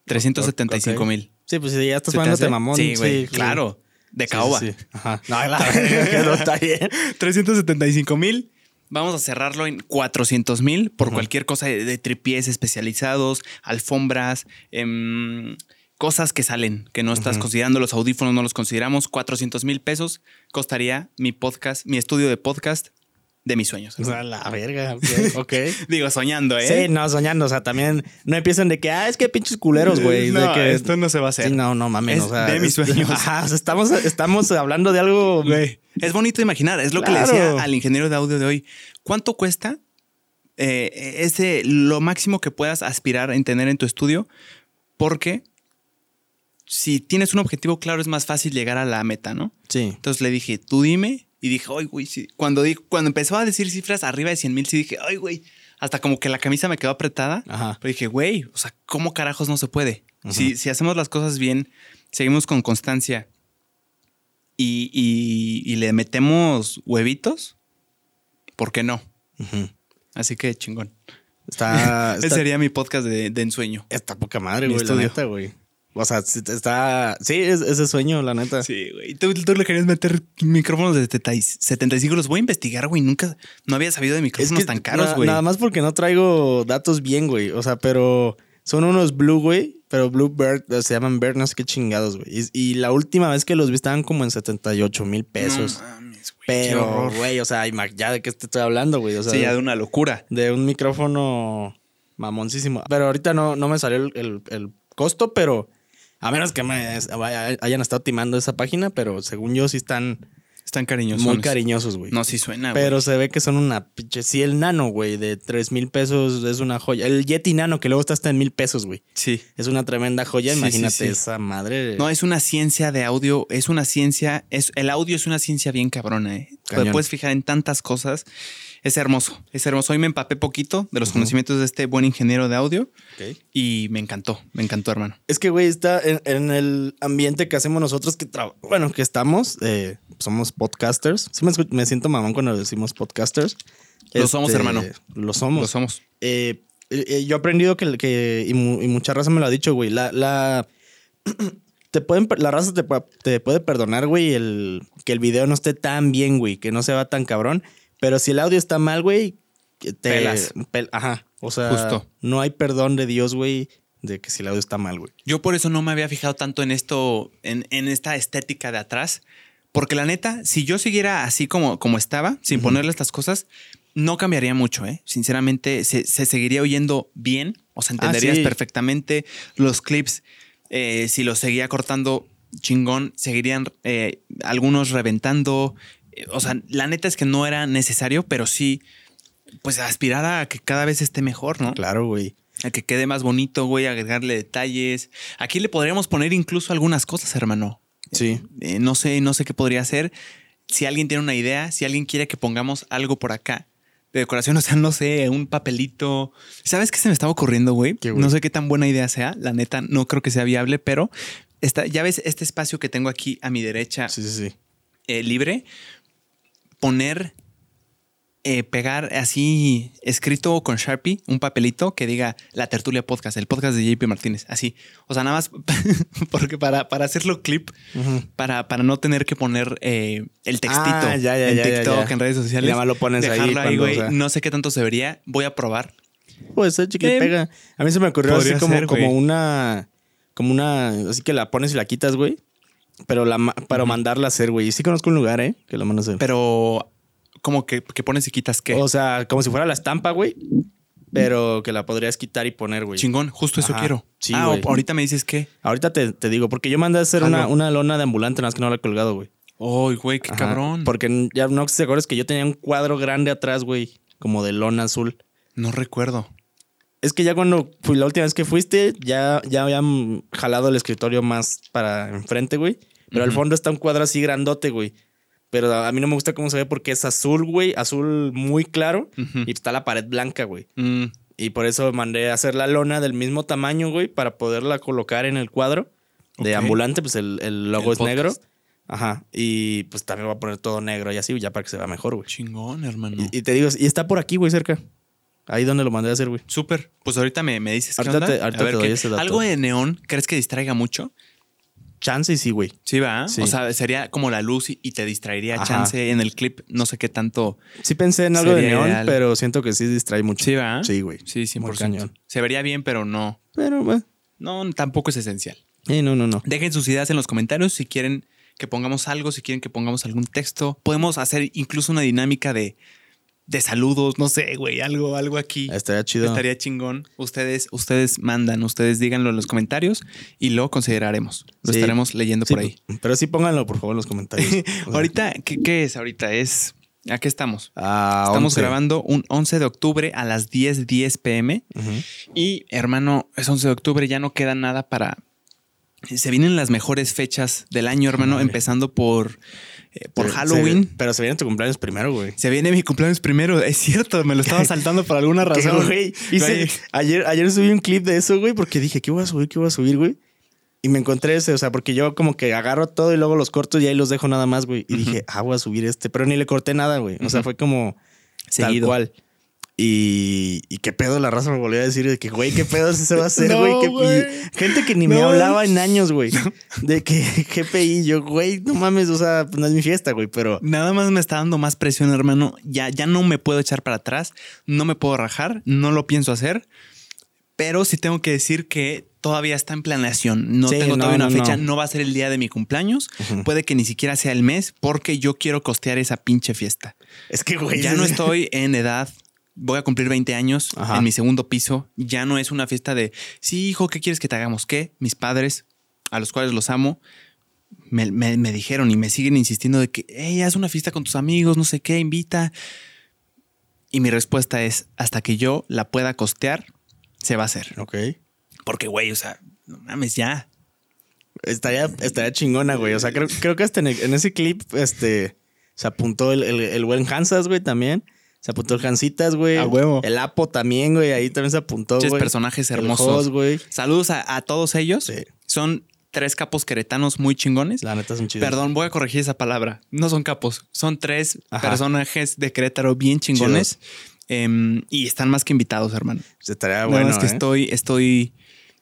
A: 375 mil.
B: Sí, pues si ya estás
A: ¿Se te
B: poniéndote
A: hace?
B: mamón.
A: Sí, güey,
B: sí.
A: claro. De
B: Sí, sí,
A: caoba.
B: sí. Ajá. No, la verga, que no está bien.
A: 375 mil. Vamos a cerrarlo en 400 mil por
B: Ujú.
A: cualquier cosa de, de tripiés especializados, alfombras, em, cosas que salen, que no estás
B: Ujú.
A: considerando, los audífonos no los consideramos. 400 mil pesos costaría mi podcast, mi estudio de podcast de mis sueños.
B: O sea, la verga. Ok. ok.
A: Digo, soñando, ¿eh?
B: Sí, no, soñando. O sea, también no empiezan de que, ah, es que pinches culeros, güey. de
A: Eh, No,
B: que,
A: esto no se va a hacer.
B: Sí, no, no mames.
A: Es
B: o sea,
A: de mis sueños.
B: Ajá, o sea, estamos, estamos hablando de algo.
A: Güey, Es bonito imaginar, es lo que le
B: Claro.
A: decía al ingeniero de audio de hoy. ¿Cuánto cuesta eh, ese lo máximo que puedas aspirar a tener en tu estudio? Porque si tienes un objetivo claro, es más fácil llegar a la meta, ¿no?
B: Sí.
A: Entonces le dije, tú dime. Y dije, ay, güey, sí. cuando, dijo, cuando empezó a decir cifras arriba de 100 mil, sí dije, ay, güey, hasta como que la camisa me quedó apretada.
B: Ajá.
A: Pero dije, güey, o sea, ¿cómo carajos no se puede?
B: Ajá.
A: si, si hacemos las cosas bien, seguimos con constancia y, y- y le metemos huevitos, ¿por qué no?
B: Ujú.
A: Así que chingón.
B: Está,
A: Ese
B: está,
A: sería mi podcast de, de ensueño.
B: está poca madre,
A: Mi
B: güey, la
A: estudio.
B: neta, güey. O sea, sí, está. Sí, es- ese sueño, la neta.
A: Sí, güey. Tú, tú le querías meter micrófonos de 75. Los voy a investigar, güey. Nunca, no había sabido de
B: Es
A: micrófonos
B: que
A: tan caros,
B: na-
A: güey.
B: Nada más porque no traigo datos bien, güey. O sea, pero son unos Blue, güey. Pero Blue Bird, eh, se llaman Bird, no sé qué chingados, güey. Y, y la última vez que los vi estaban como en 78 mil pesos.
A: No mames, güey. qué
B: pero,
A: horror.
B: güey, o sea, ima- ya de qué te estoy hablando, güey. O sea,
A: Sí, ya de
B: de,
A: una locura.
B: un micrófono mamoncísimo. Pero ahorita no, no me salió el, el- el costo, pero a menos que me es- vaya- hayan estado timando esa página, pero según yo sí están
A: Están cariñosos.
B: muy cariñosos, güey.
A: No, sí suena, güey.
B: Pero se ve que son una pinche. Sí, el nano, güey, de 3 mil pesos es una joya. El Yeti nano, que luego está hasta en mil pesos, güey.
A: Sí.
B: Es una tremenda joya.
A: Sí, sí,
B: Imagínate
A: sí.
B: esa madre.
A: No, es una ciencia de audio, es una ciencia, es, el audio es una ciencia bien cabrona, ¿eh?
B: Cañón.
A: Te puedes fijar en tantas cosas. Es hermoso, es hermoso. Hoy me empapé poquito de los
B: Ujú.
A: conocimientos de este buen ingeniero de audio
B: Ok.
A: y me encantó, me encantó, hermano.
B: Es que, güey, está en, en el ambiente que hacemos nosotros, que tra- bueno, que estamos, eh, somos podcasters. Sí me, escu- me siento mamón cuando decimos podcasters. Este,
A: Lo somos, hermano.
B: Lo somos.
A: Lo somos.
B: Eh, eh, eh, yo he aprendido que, que- y, mu- y mucha raza me lo ha dicho, güey. La, la, te pueden, per- la raza te, pa- te puede perdonar, güey, el, que el video no esté tan bien, güey, que no se va tan cabrón. Pero si el audio está mal, güey, que te
A: Pelas.
B: pel- ajá. O sea,
A: Justo.
B: no hay perdón de Dios, güey, de que si el audio está mal, güey.
A: Yo por eso no me había fijado tanto en esto, en, en esta estética de atrás, porque la neta, si yo siguiera así como, como estaba, sin
B: Ujú.
A: ponerle estas cosas, no cambiaría mucho, ¿eh? Sinceramente, se, se seguiría oyendo bien, o sea,
B: Ah,
A: entenderías
B: sí.
A: perfectamente los clips, eh, si los seguía cortando chingón, seguirían eh, algunos reventando, eh, o sea, la neta es que no era necesario, pero sí, pues aspirar a que cada vez esté mejor, ¿no?
B: Claro, güey.
A: A que quede más bonito, güey, agregarle detalles. Aquí le podríamos poner incluso algunas cosas, hermano.
B: Sí.
A: Eh, no sé, no sé qué podría hacer. Si alguien tiene una idea, si alguien quiere que pongamos algo por acá de decoración, o sea, no sé, un papelito. ¿Sabes qué se me estaba ocurriendo, güey?
B: ¿Qué, güey?
A: No sé qué tan buena idea sea. La neta, no creo que sea viable, pero esta, ya ves este espacio que tengo aquí a mi derecha
B: Sí, sí, sí.
A: eh, libre, poner, eh, pegar así escrito con Sharpie un papelito que diga la tertulia podcast, el podcast de JP Martínez, así. O sea, nada más porque para, para hacerlo clip,
B: Ujú.
A: para, para no tener que poner eh, el textito
B: Ah, ya, ya,
A: en
B: ya, ya,
A: TikTok,
B: ya.
A: en redes
B: Y
A: sociales.
B: nada más lo pones ahí
A: dejarlo ahí,
B: cuando,
A: güey.
B: o sea.
A: No sé qué tanto se vería. Voy a probar.
B: Pues eh, chicle
A: Eh,
B: pega. A mí se me ocurrió así
A: podría
B: como,
A: ser,
B: como
A: güey.
B: una. Como una. Así que la pones y la quitas, güey. Pero la ma- para
A: Ujú.
B: mandarla a hacer, güey. Y sí conozco un lugar, ¿eh? Que lo mandas a hacer.
A: Pero como que, que pones y quitas qué.
B: O sea, como si fuera la estampa, güey. Pero que la podrías quitar y poner, güey.
A: Chingón, justo eso
B: Ajá.
A: quiero.
B: Sí,
A: ah, o-
B: güey.
A: ahorita me dices qué.
B: Ahorita te, te digo, porque yo mandé a hacer
A: Jalo.
B: una, una lona de ambulante, nada más que no la he colgado, güey.
A: Oh, güey, qué
B: Ajá,
A: cabrón.
B: Porque ya no te acuerdas que yo tenía un cuadro grande atrás, güey, como de lona azul.
A: No recuerdo.
B: Es que ya cuando fui la última vez que fuiste, ya, ya habían jalado el escritorio más para enfrente, güey. Pero al
A: Ujú.
B: fondo está un cuadro así grandote, güey. Pero a a mí no me gusta cómo se ve porque es azul, güey, azul muy claro.
A: Ujú.
B: Y está la pared blanca, güey.
A: Mm,
B: Y por eso mandé a hacer la lona del mismo tamaño, güey, para poderla colocar en el cuadro de
A: Ok.
B: ambulante, pues el, el logo
A: El
B: es
A: podcast.
B: negro. Ajá. Y pues también voy a poner todo negro y así, ya para que se vea mejor, güey.
A: chingón, hermano.
B: Y, y te digo, y está por aquí, güey, cerca. Ahí donde lo mandé a hacer, güey.
A: Súper. Pues ahorita me, me dices qué
B: Ahorita
A: onda.
B: te- ahorita
A: A ver
B: te doy
A: qué-
B: ese dato.
A: ¿Algo de neón crees que distraiga mucho?
B: Chance y sí, güey.
A: Sí, va.
B: Sí.
A: O sea, sería como la luz y, y te distraería.
B: Ajá.
A: Chance en el clip, no sé qué tanto.
B: Sí pensé en algo
A: Sería
B: de neón,
A: ideal.
B: pero siento que sí distrae mucho.
A: Sí, va.
B: Sí, güey.
A: Sí, 100%.
B: Muy cañón.
A: Se vería bien, pero no.
B: Pero, güey.
A: No, tampoco es esencial.
B: Eh, no, no, no.
A: Dejen sus ideas en los comentarios si quieren que pongamos algo, si quieren que pongamos algún texto. Podemos hacer incluso una dinámica de, de saludos, no sé, güey, algo, algo aquí.
B: Estaría chido.
A: Estaría chingón. Ustedes, ustedes mandan, ustedes díganlo en los comentarios y lo consideraremos. Lo
B: Sí.
A: estaremos leyendo
B: Sí,
A: por ahí.
B: Pero sí pónganlo, por favor, en los comentarios. O sea,
A: Ahorita, ¿qué, qué es? Ahorita es. ¿A qué estamos?
B: ah,
A: Estamos
B: 11.
A: grabando un 11 de octubre a las 10:10 pm.
B: Ujú.
A: Y hermano, es 11 de octubre, ya no queda nada para... Se vienen las mejores fechas del año, hermano,
B: Madre.
A: empezando por, eh, por
B: Se-
A: Halloween.
B: se- pero se viene tu cumpleaños primero, güey.
A: Se viene mi cumpleaños primero, es cierto, me lo estaba saltando por alguna razón.
B: güey. Hice- ayer, ayer subí un clip de eso, güey, porque dije, ¿qué voy a subir? ¿Qué voy a subir, güey? Y me encontré ese, o sea, porque yo como que agarro todo y luego los corto y ahí los dejo nada más, güey. Y
A: Ujú.
B: dije, ah, voy a subir este. Pero ni le corté nada, güey. O sea,
A: Ujú.
B: fue como
A: Seguido.
B: tal cual. Y, y qué pedo, la raza me volvió a decir de que, güey, qué pedo se va a hacer,
A: No,
B: güey. qué-
A: güey.
B: y gente que ni me
A: No.
B: hablaba en años, güey. De que GPI, yo, güey, no mames, o sea, pues no es mi fiesta, güey, pero.
A: Nada más me está dando más presión, hermano. Ya, ya no me puedo echar para atrás, no me puedo rajar, no lo pienso hacer. Pero sí tengo que decir que todavía está en planeación. No
B: Sí,
A: tengo
B: no,
A: todavía una
B: no,
A: fecha, no.
B: no. Mm.
A: va a ser el día de mi cumpleaños.
B: pues,
A: Puede que ni siquiera sea el mes, porque yo quiero costear esa pinche fiesta.
B: Es que, güey.
A: Pues Ya no estoy en edad. Voy a cumplir 20 años
B: Ajá.
A: en mi segundo piso. Ya no es una fiesta de, sí, hijo, ¿qué quieres que te hagamos? ¿Qué? Mis padres, a los cuales los amo, me, me- me dijeron y me siguen insistiendo de que, hey, haz una fiesta con tus amigos, no sé qué, invita. Y mi respuesta es, hasta que yo la pueda costear, se va a hacer.
B: Ok.
A: Porque, güey, o sea, no mames, ya.
B: Estaría, estaría chingona, güey. O sea, creo, creo que hasta en, el- en ese clip este, se apuntó el, el, el buen Hansas, güey, también. Se apuntó el Hansitas, güey.
A: A huevo.
B: El Apo también, güey. Ahí también se apuntó,
A: Pinches
B: Oh, güey.
A: personajes
B: El
A: hermosos.
B: Jos, güey.
A: Saludos a, a todos ellos.
B: Sí.
A: Son tres capos queretanos muy chingones.
B: La neta es un chido.
A: Perdón, voy a corregir esa palabra. No son capos, son tres
B: Ajá.
A: personajes de Querétaro bien chingones. Em, y están más que invitados, hermano.
B: Estaría
A: Nada
B: bueno.
A: más que
B: ¿eh?
A: estoy, estoy,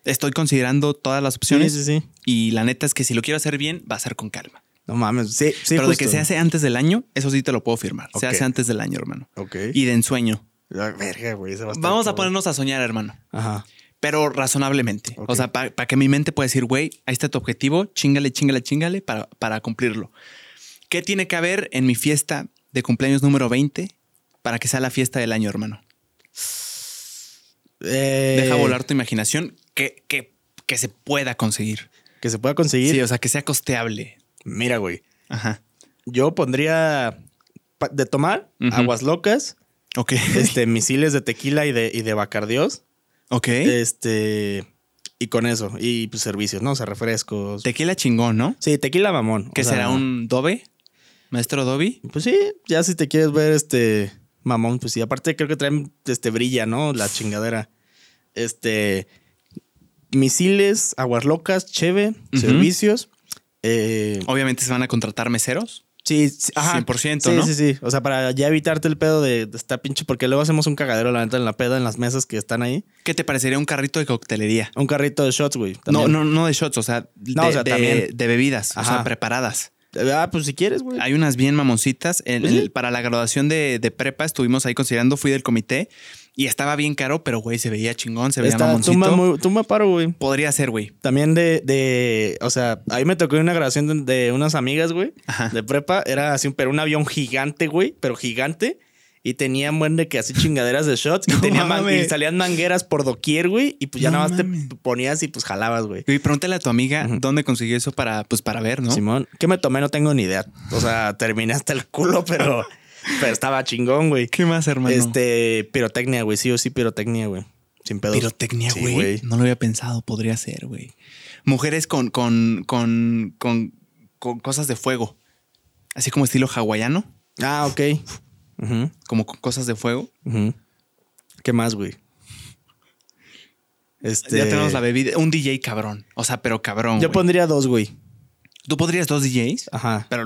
A: estoy considerando todas las
B: Sí,
A: opciones.
B: sí, sí.
A: Y la neta es que si lo quiero hacer bien, va a ser con calma.
B: No mames. Sí, sí.
A: Pero de que
B: justo.
A: se hace antes del año, eso sí te lo puedo firmar. Se
B: Ok.
A: hace antes del año, hermano.
B: Ok.
A: Y de ensueño.
B: Ah, Verga, güey. ese va estar
A: Vamos a
B: cabrón.
A: ponernos a soñar, hermano.
B: Ajá.
A: Pero razonablemente.
B: Ok.
A: O sea, para que mi mente pueda decir, güey, ahí está tu objetivo, chingale, chingale, chingale para, para cumplirlo. ¿Qué tiene que haber en mi fiesta de cumpleaños número 20 para que sea la fiesta del año, hermano?
B: Eh,
A: Deja volar tu imaginación que, que, que se pueda conseguir.
B: Que se pueda conseguir.
A: Sí, o sea, que sea costeable.
B: Mira, güey.
A: Ajá.
B: Yo pondría pa- de tomar
A: Ujú.
B: aguas locas,
A: Ok.
B: este, misiles de tequila y de, y de bacardios.
A: Ok.
B: Este. Y con eso. Y pues servicios, ¿no? O sea, refrescos.
A: Tequila chingón, ¿no?
B: sí, tequila mamón. o
A: Que
B: sea,
A: será un Dobe, maestro Dobe.
B: Pues sí, ya si te quieres ver este. Mamón, pues sí. Aparte, creo que traen este brilla, ¿no? La chingadera. Este. Misiles, aguas locas, cheve,
A: Ujú.
B: servicios. Eh,
A: Obviamente se van a contratar meseros.
B: sí, sí, ajá.
A: 100%,
B: sí,
A: ¿no?
B: sí, sí. O sea, para ya evitarte el pedo de, de esta pinche. Porque luego hacemos un cagadero, la neta, en la peda, en las mesas que están ahí.
A: ¿Qué te parecería un carrito de coctelería?
B: Un carrito de shots, güey.
A: No,
B: también.
A: no, no de shots, o sea,
B: No,
A: de,
B: o sea,
A: de-
B: también.
A: de bebidas, o sea,
B: Ajá.
A: preparadas.
B: Ah, pues si quieres, güey.
A: Hay unas bien mamoncitas. En-
B: Pues
A: en
B: sí.
A: el- para la graduación de, de prepa estuvimos ahí considerando, fui del comité y estaba bien caro, pero güey, se veía chingón, se veía
B: Está
A: mamoncito.
B: tumba, muy- tumba paro, güey.
A: Podría ser, güey.
B: También de, de, o sea, ahí me tocó una grabación de, de unas amigas, güey,
A: Ajá.
B: de prepa. Era así, un, pero un avión gigante, güey, pero gigante. Y tenían buen de que así chingaderas de shots. Y,
A: No
B: tenía man-
A: mames.
B: y salían mangueras por doquier, güey. Y pues ya
A: No
B: nada más te
A: mames.
B: ponías y pues jalabas, güey.
A: Y pregúntale a tu amiga
B: Ujú.
A: dónde consiguió eso para, pues, para ver, ¿no?
B: Simón, ¿qué me tomé? No tengo ni idea. O sea, terminé hasta el culo, pero, pero estaba chingón, güey.
A: ¿Qué más, hermano?
B: Este, pirotecnia, güey. Sí o sí, pirotecnia, güey. Sin pedos.
A: Pirotecnia,
B: Sí,
A: güey. no lo había pensado, podría ser, güey. Mujeres con, con, con, con, con cosas de fuego. Así como estilo hawaiano,
B: Ah, ok. Ujú,
A: como con cosas de fuego.
B: ujú. ¿Qué más, güey? Este,
A: Ya tenemos la bebida. Un DJ cabrón. O sea, pero cabrón.
B: Yo
A: güey.
B: pondría dos, güey.
A: Tú podrías dos DJs,
B: Ajá.
A: pero,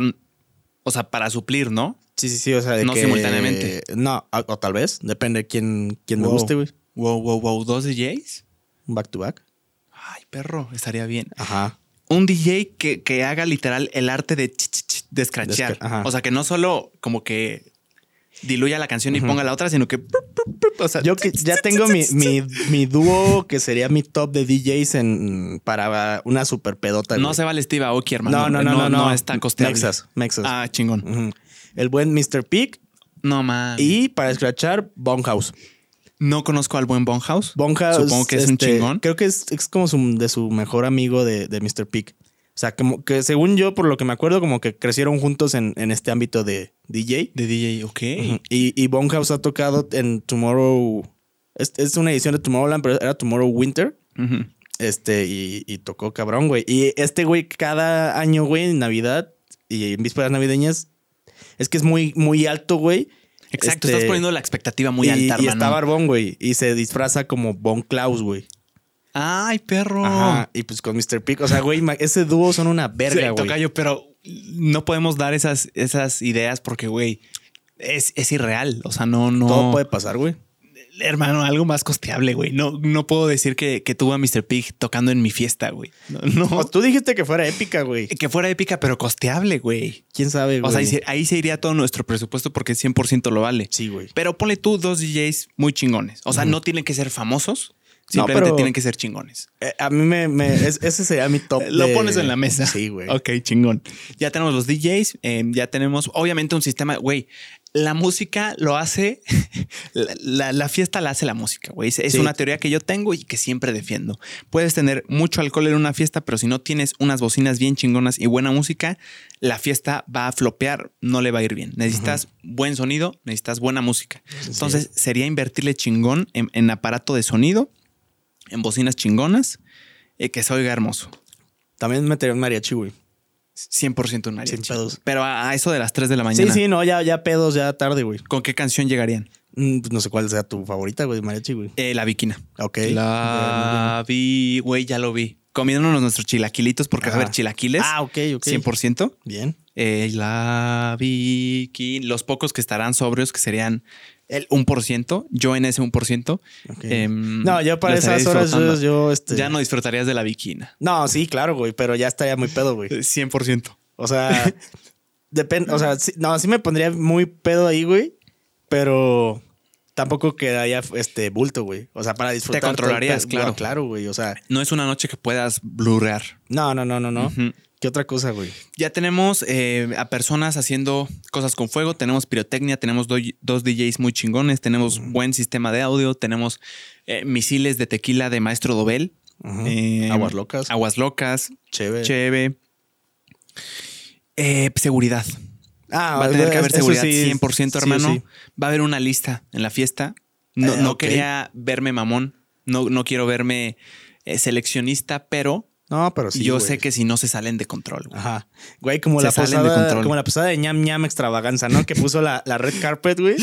A: o sea, para suplir, ¿no?
B: Sí, sí, sí. O sea, de
A: No
B: que-
A: simultáneamente.
B: No, o, o tal vez. Depende de quién, quién me
A: Wow.
B: guste, güey.
A: Wow, wow, wow. ¿Dos DJs?
B: Un Back to back.
A: Ay, perro, estaría bien.
B: Ajá.
A: un DJ que, que haga literal el arte de, ch- ch- ch- de escrachear.
B: De escra- ajá.
A: o sea, que no solo como que diluya la canción y
B: Ujú.
A: ponga la otra, sino que... O sea,
B: Yo que ya tengo mi, mi, mi dúo que sería mi top de DJs en, para una super pedota.
A: no
B: güey.
A: se vale Steve Aoki, hermano.
B: No, no, no, no, no,
A: está costeable.
B: Mexas, Mexas.
A: Ah, chingón.
B: Ujú. El buen Mr. Pig
A: No, mames.
B: y para escrachar, Bonhouse.
A: No conozco al buen Bonhouse.
B: Bonhouse. este,
A: Supongo que es un chingón.
B: Creo que es, es como su- de su mejor amigo de, de Mr. Pig. O sea, como que según yo, por lo que me acuerdo, como que crecieron juntos en, en este ámbito de DJ.
A: De DJ, ok.
B: Ujú. Y, y Bonhouse ha tocado en Tomorrow. Es, es una edición de Tomorrowland, pero era Tomorrow Winter.
A: Ujú.
B: Este, y, y tocó cabrón, güey. Y este güey, cada año, güey, en Navidad y en vísperas navideñas, es que es muy, muy alto, güey.
A: Exacto,
B: Este,
A: estás poniendo la expectativa muy
B: y,
A: alta,
B: Y
A: hermano.
B: está barbón, güey. Y se disfraza como Bon Klaus, güey.
A: Ay, perro.
B: Ajá. Y pues con Mr. Pick. O sea, güey, ma- ese dúo son una verga,
A: Sí,
B: güey.
A: tocayo, pero no podemos dar esas, esas ideas porque, güey, es, es irreal. O sea, no, no.
B: Todo puede pasar, güey.
A: Hermano, algo más costeable, güey. No, no puedo decir que, que tuve a Mr. Pig tocando en mi fiesta, güey. No, no.
B: O tú dijiste que fuera épica, güey.
A: Que fuera épica, pero costeable, güey.
B: ¿Quién sabe,
A: Eh,
B: güey?
A: O sea, ahí, se- ahí se iría todo nuestro presupuesto porque 100% lo vale.
B: Sí, güey.
A: Pero ponle tú dos DJs muy chingones. O sea,
B: Ujú.
A: no tienen que ser famosos,
B: No,
A: simplemente
B: pero-
A: tienen que ser chingones.
B: Eh, a mí me... me- es- ese sería mi top
A: Lo
B: de-
A: pones en la mesa.
B: Sí, güey.
A: Ok, chingón. Ya tenemos los DJs, eh, ya tenemos obviamente un sistema, güey. La música lo hace, la, la- la fiesta la hace la música, güey. Es, es
B: Sí.
A: una teoría que yo tengo y que siempre defiendo. Puedes tener mucho alcohol en una fiesta, pero si no tienes unas bocinas bien chingonas y buena música, la fiesta va a flopear, no le va a ir bien. Necesitas buen sonido, necesitas buena música. Entonces sería invertirle chingón en, en aparato de sonido, en bocinas chingonas, eh, que se oiga hermoso.
B: También metería un mariachi, güey.
A: 100% un mariachi.
B: Sin pedos.
A: Pero a, a eso de las 3 de la
B: Sí,
A: mañana.
B: sí, no, ya, ya pedos, ya tarde, güey.
A: ¿Con qué canción llegarían?
B: Mm, pues no sé cuál sea tu favorita, güey, de mariachi, güey.
A: Eh, la Viquina.
B: Ok.
A: La vi, güey, ya lo vi. Comiéndonos nuestros chilaquilitos, porque
B: Ajá.
A: a ver, chilaquiles.
B: Ah, ok, ok.
A: 100%.
B: Bien.
A: Eh, la Viquina. Los pocos que estarán sobrios, que serían el 1%. Yo en ese 1%.
B: ok.
A: em,
B: no, yo para
A: lo estaría
B: esas horas yo,
A: disfrutando.
B: yo, este...
A: Ya no disfrutarías de la Viquina.
B: No, sí, claro, güey, pero ya estaría muy pedo, güey.
A: 100%.
B: O sea, depende, o sea, sí- no, sí me pondría muy pedo ahí, güey, pero tampoco quedaría este bulto, güey. O sea, para disfrutar. todo el
A: controlarías,
B: pe-
A: claro.
B: Guau, claro, güey, o sea,
A: No es una noche que puedas blurrear.
B: no, no, no, no, no.
A: Ujú.
B: ¿Qué otra cosa, güey?
A: Ya tenemos eh, a personas haciendo cosas con fuego, tenemos pirotecnia, tenemos doy- dos DJs muy chingones, tenemos
B: Mm.
A: buen sistema de audio, tenemos eh, misiles de tequila de Maestro Dobel.
B: Ujú.
A: eh,
B: Mm. Aguas locas.
A: Aguas locas,
B: Chévere.
A: cheve. Eh, seguridad.
B: Ah,
A: Va a tener que haber
B: eso
A: seguridad
B: sí,
A: 100%,
B: sí o
A: hermano.
B: sí.
A: Va a haber una lista en la fiesta. No,
B: Eh,
A: no
B: ok.
A: quería verme mamón, no, no quiero verme eh, seleccionista, pero
B: No, pero sí.
A: yo
B: güey.
A: sé que si no se salen de control. güey.
B: Ajá. Güey, como
A: Se
B: la,
A: salen de
B: posada,
A: control.
B: como la posada de ñam ñam extravaganza, ¿no? Que puso la, la red carpet, güey.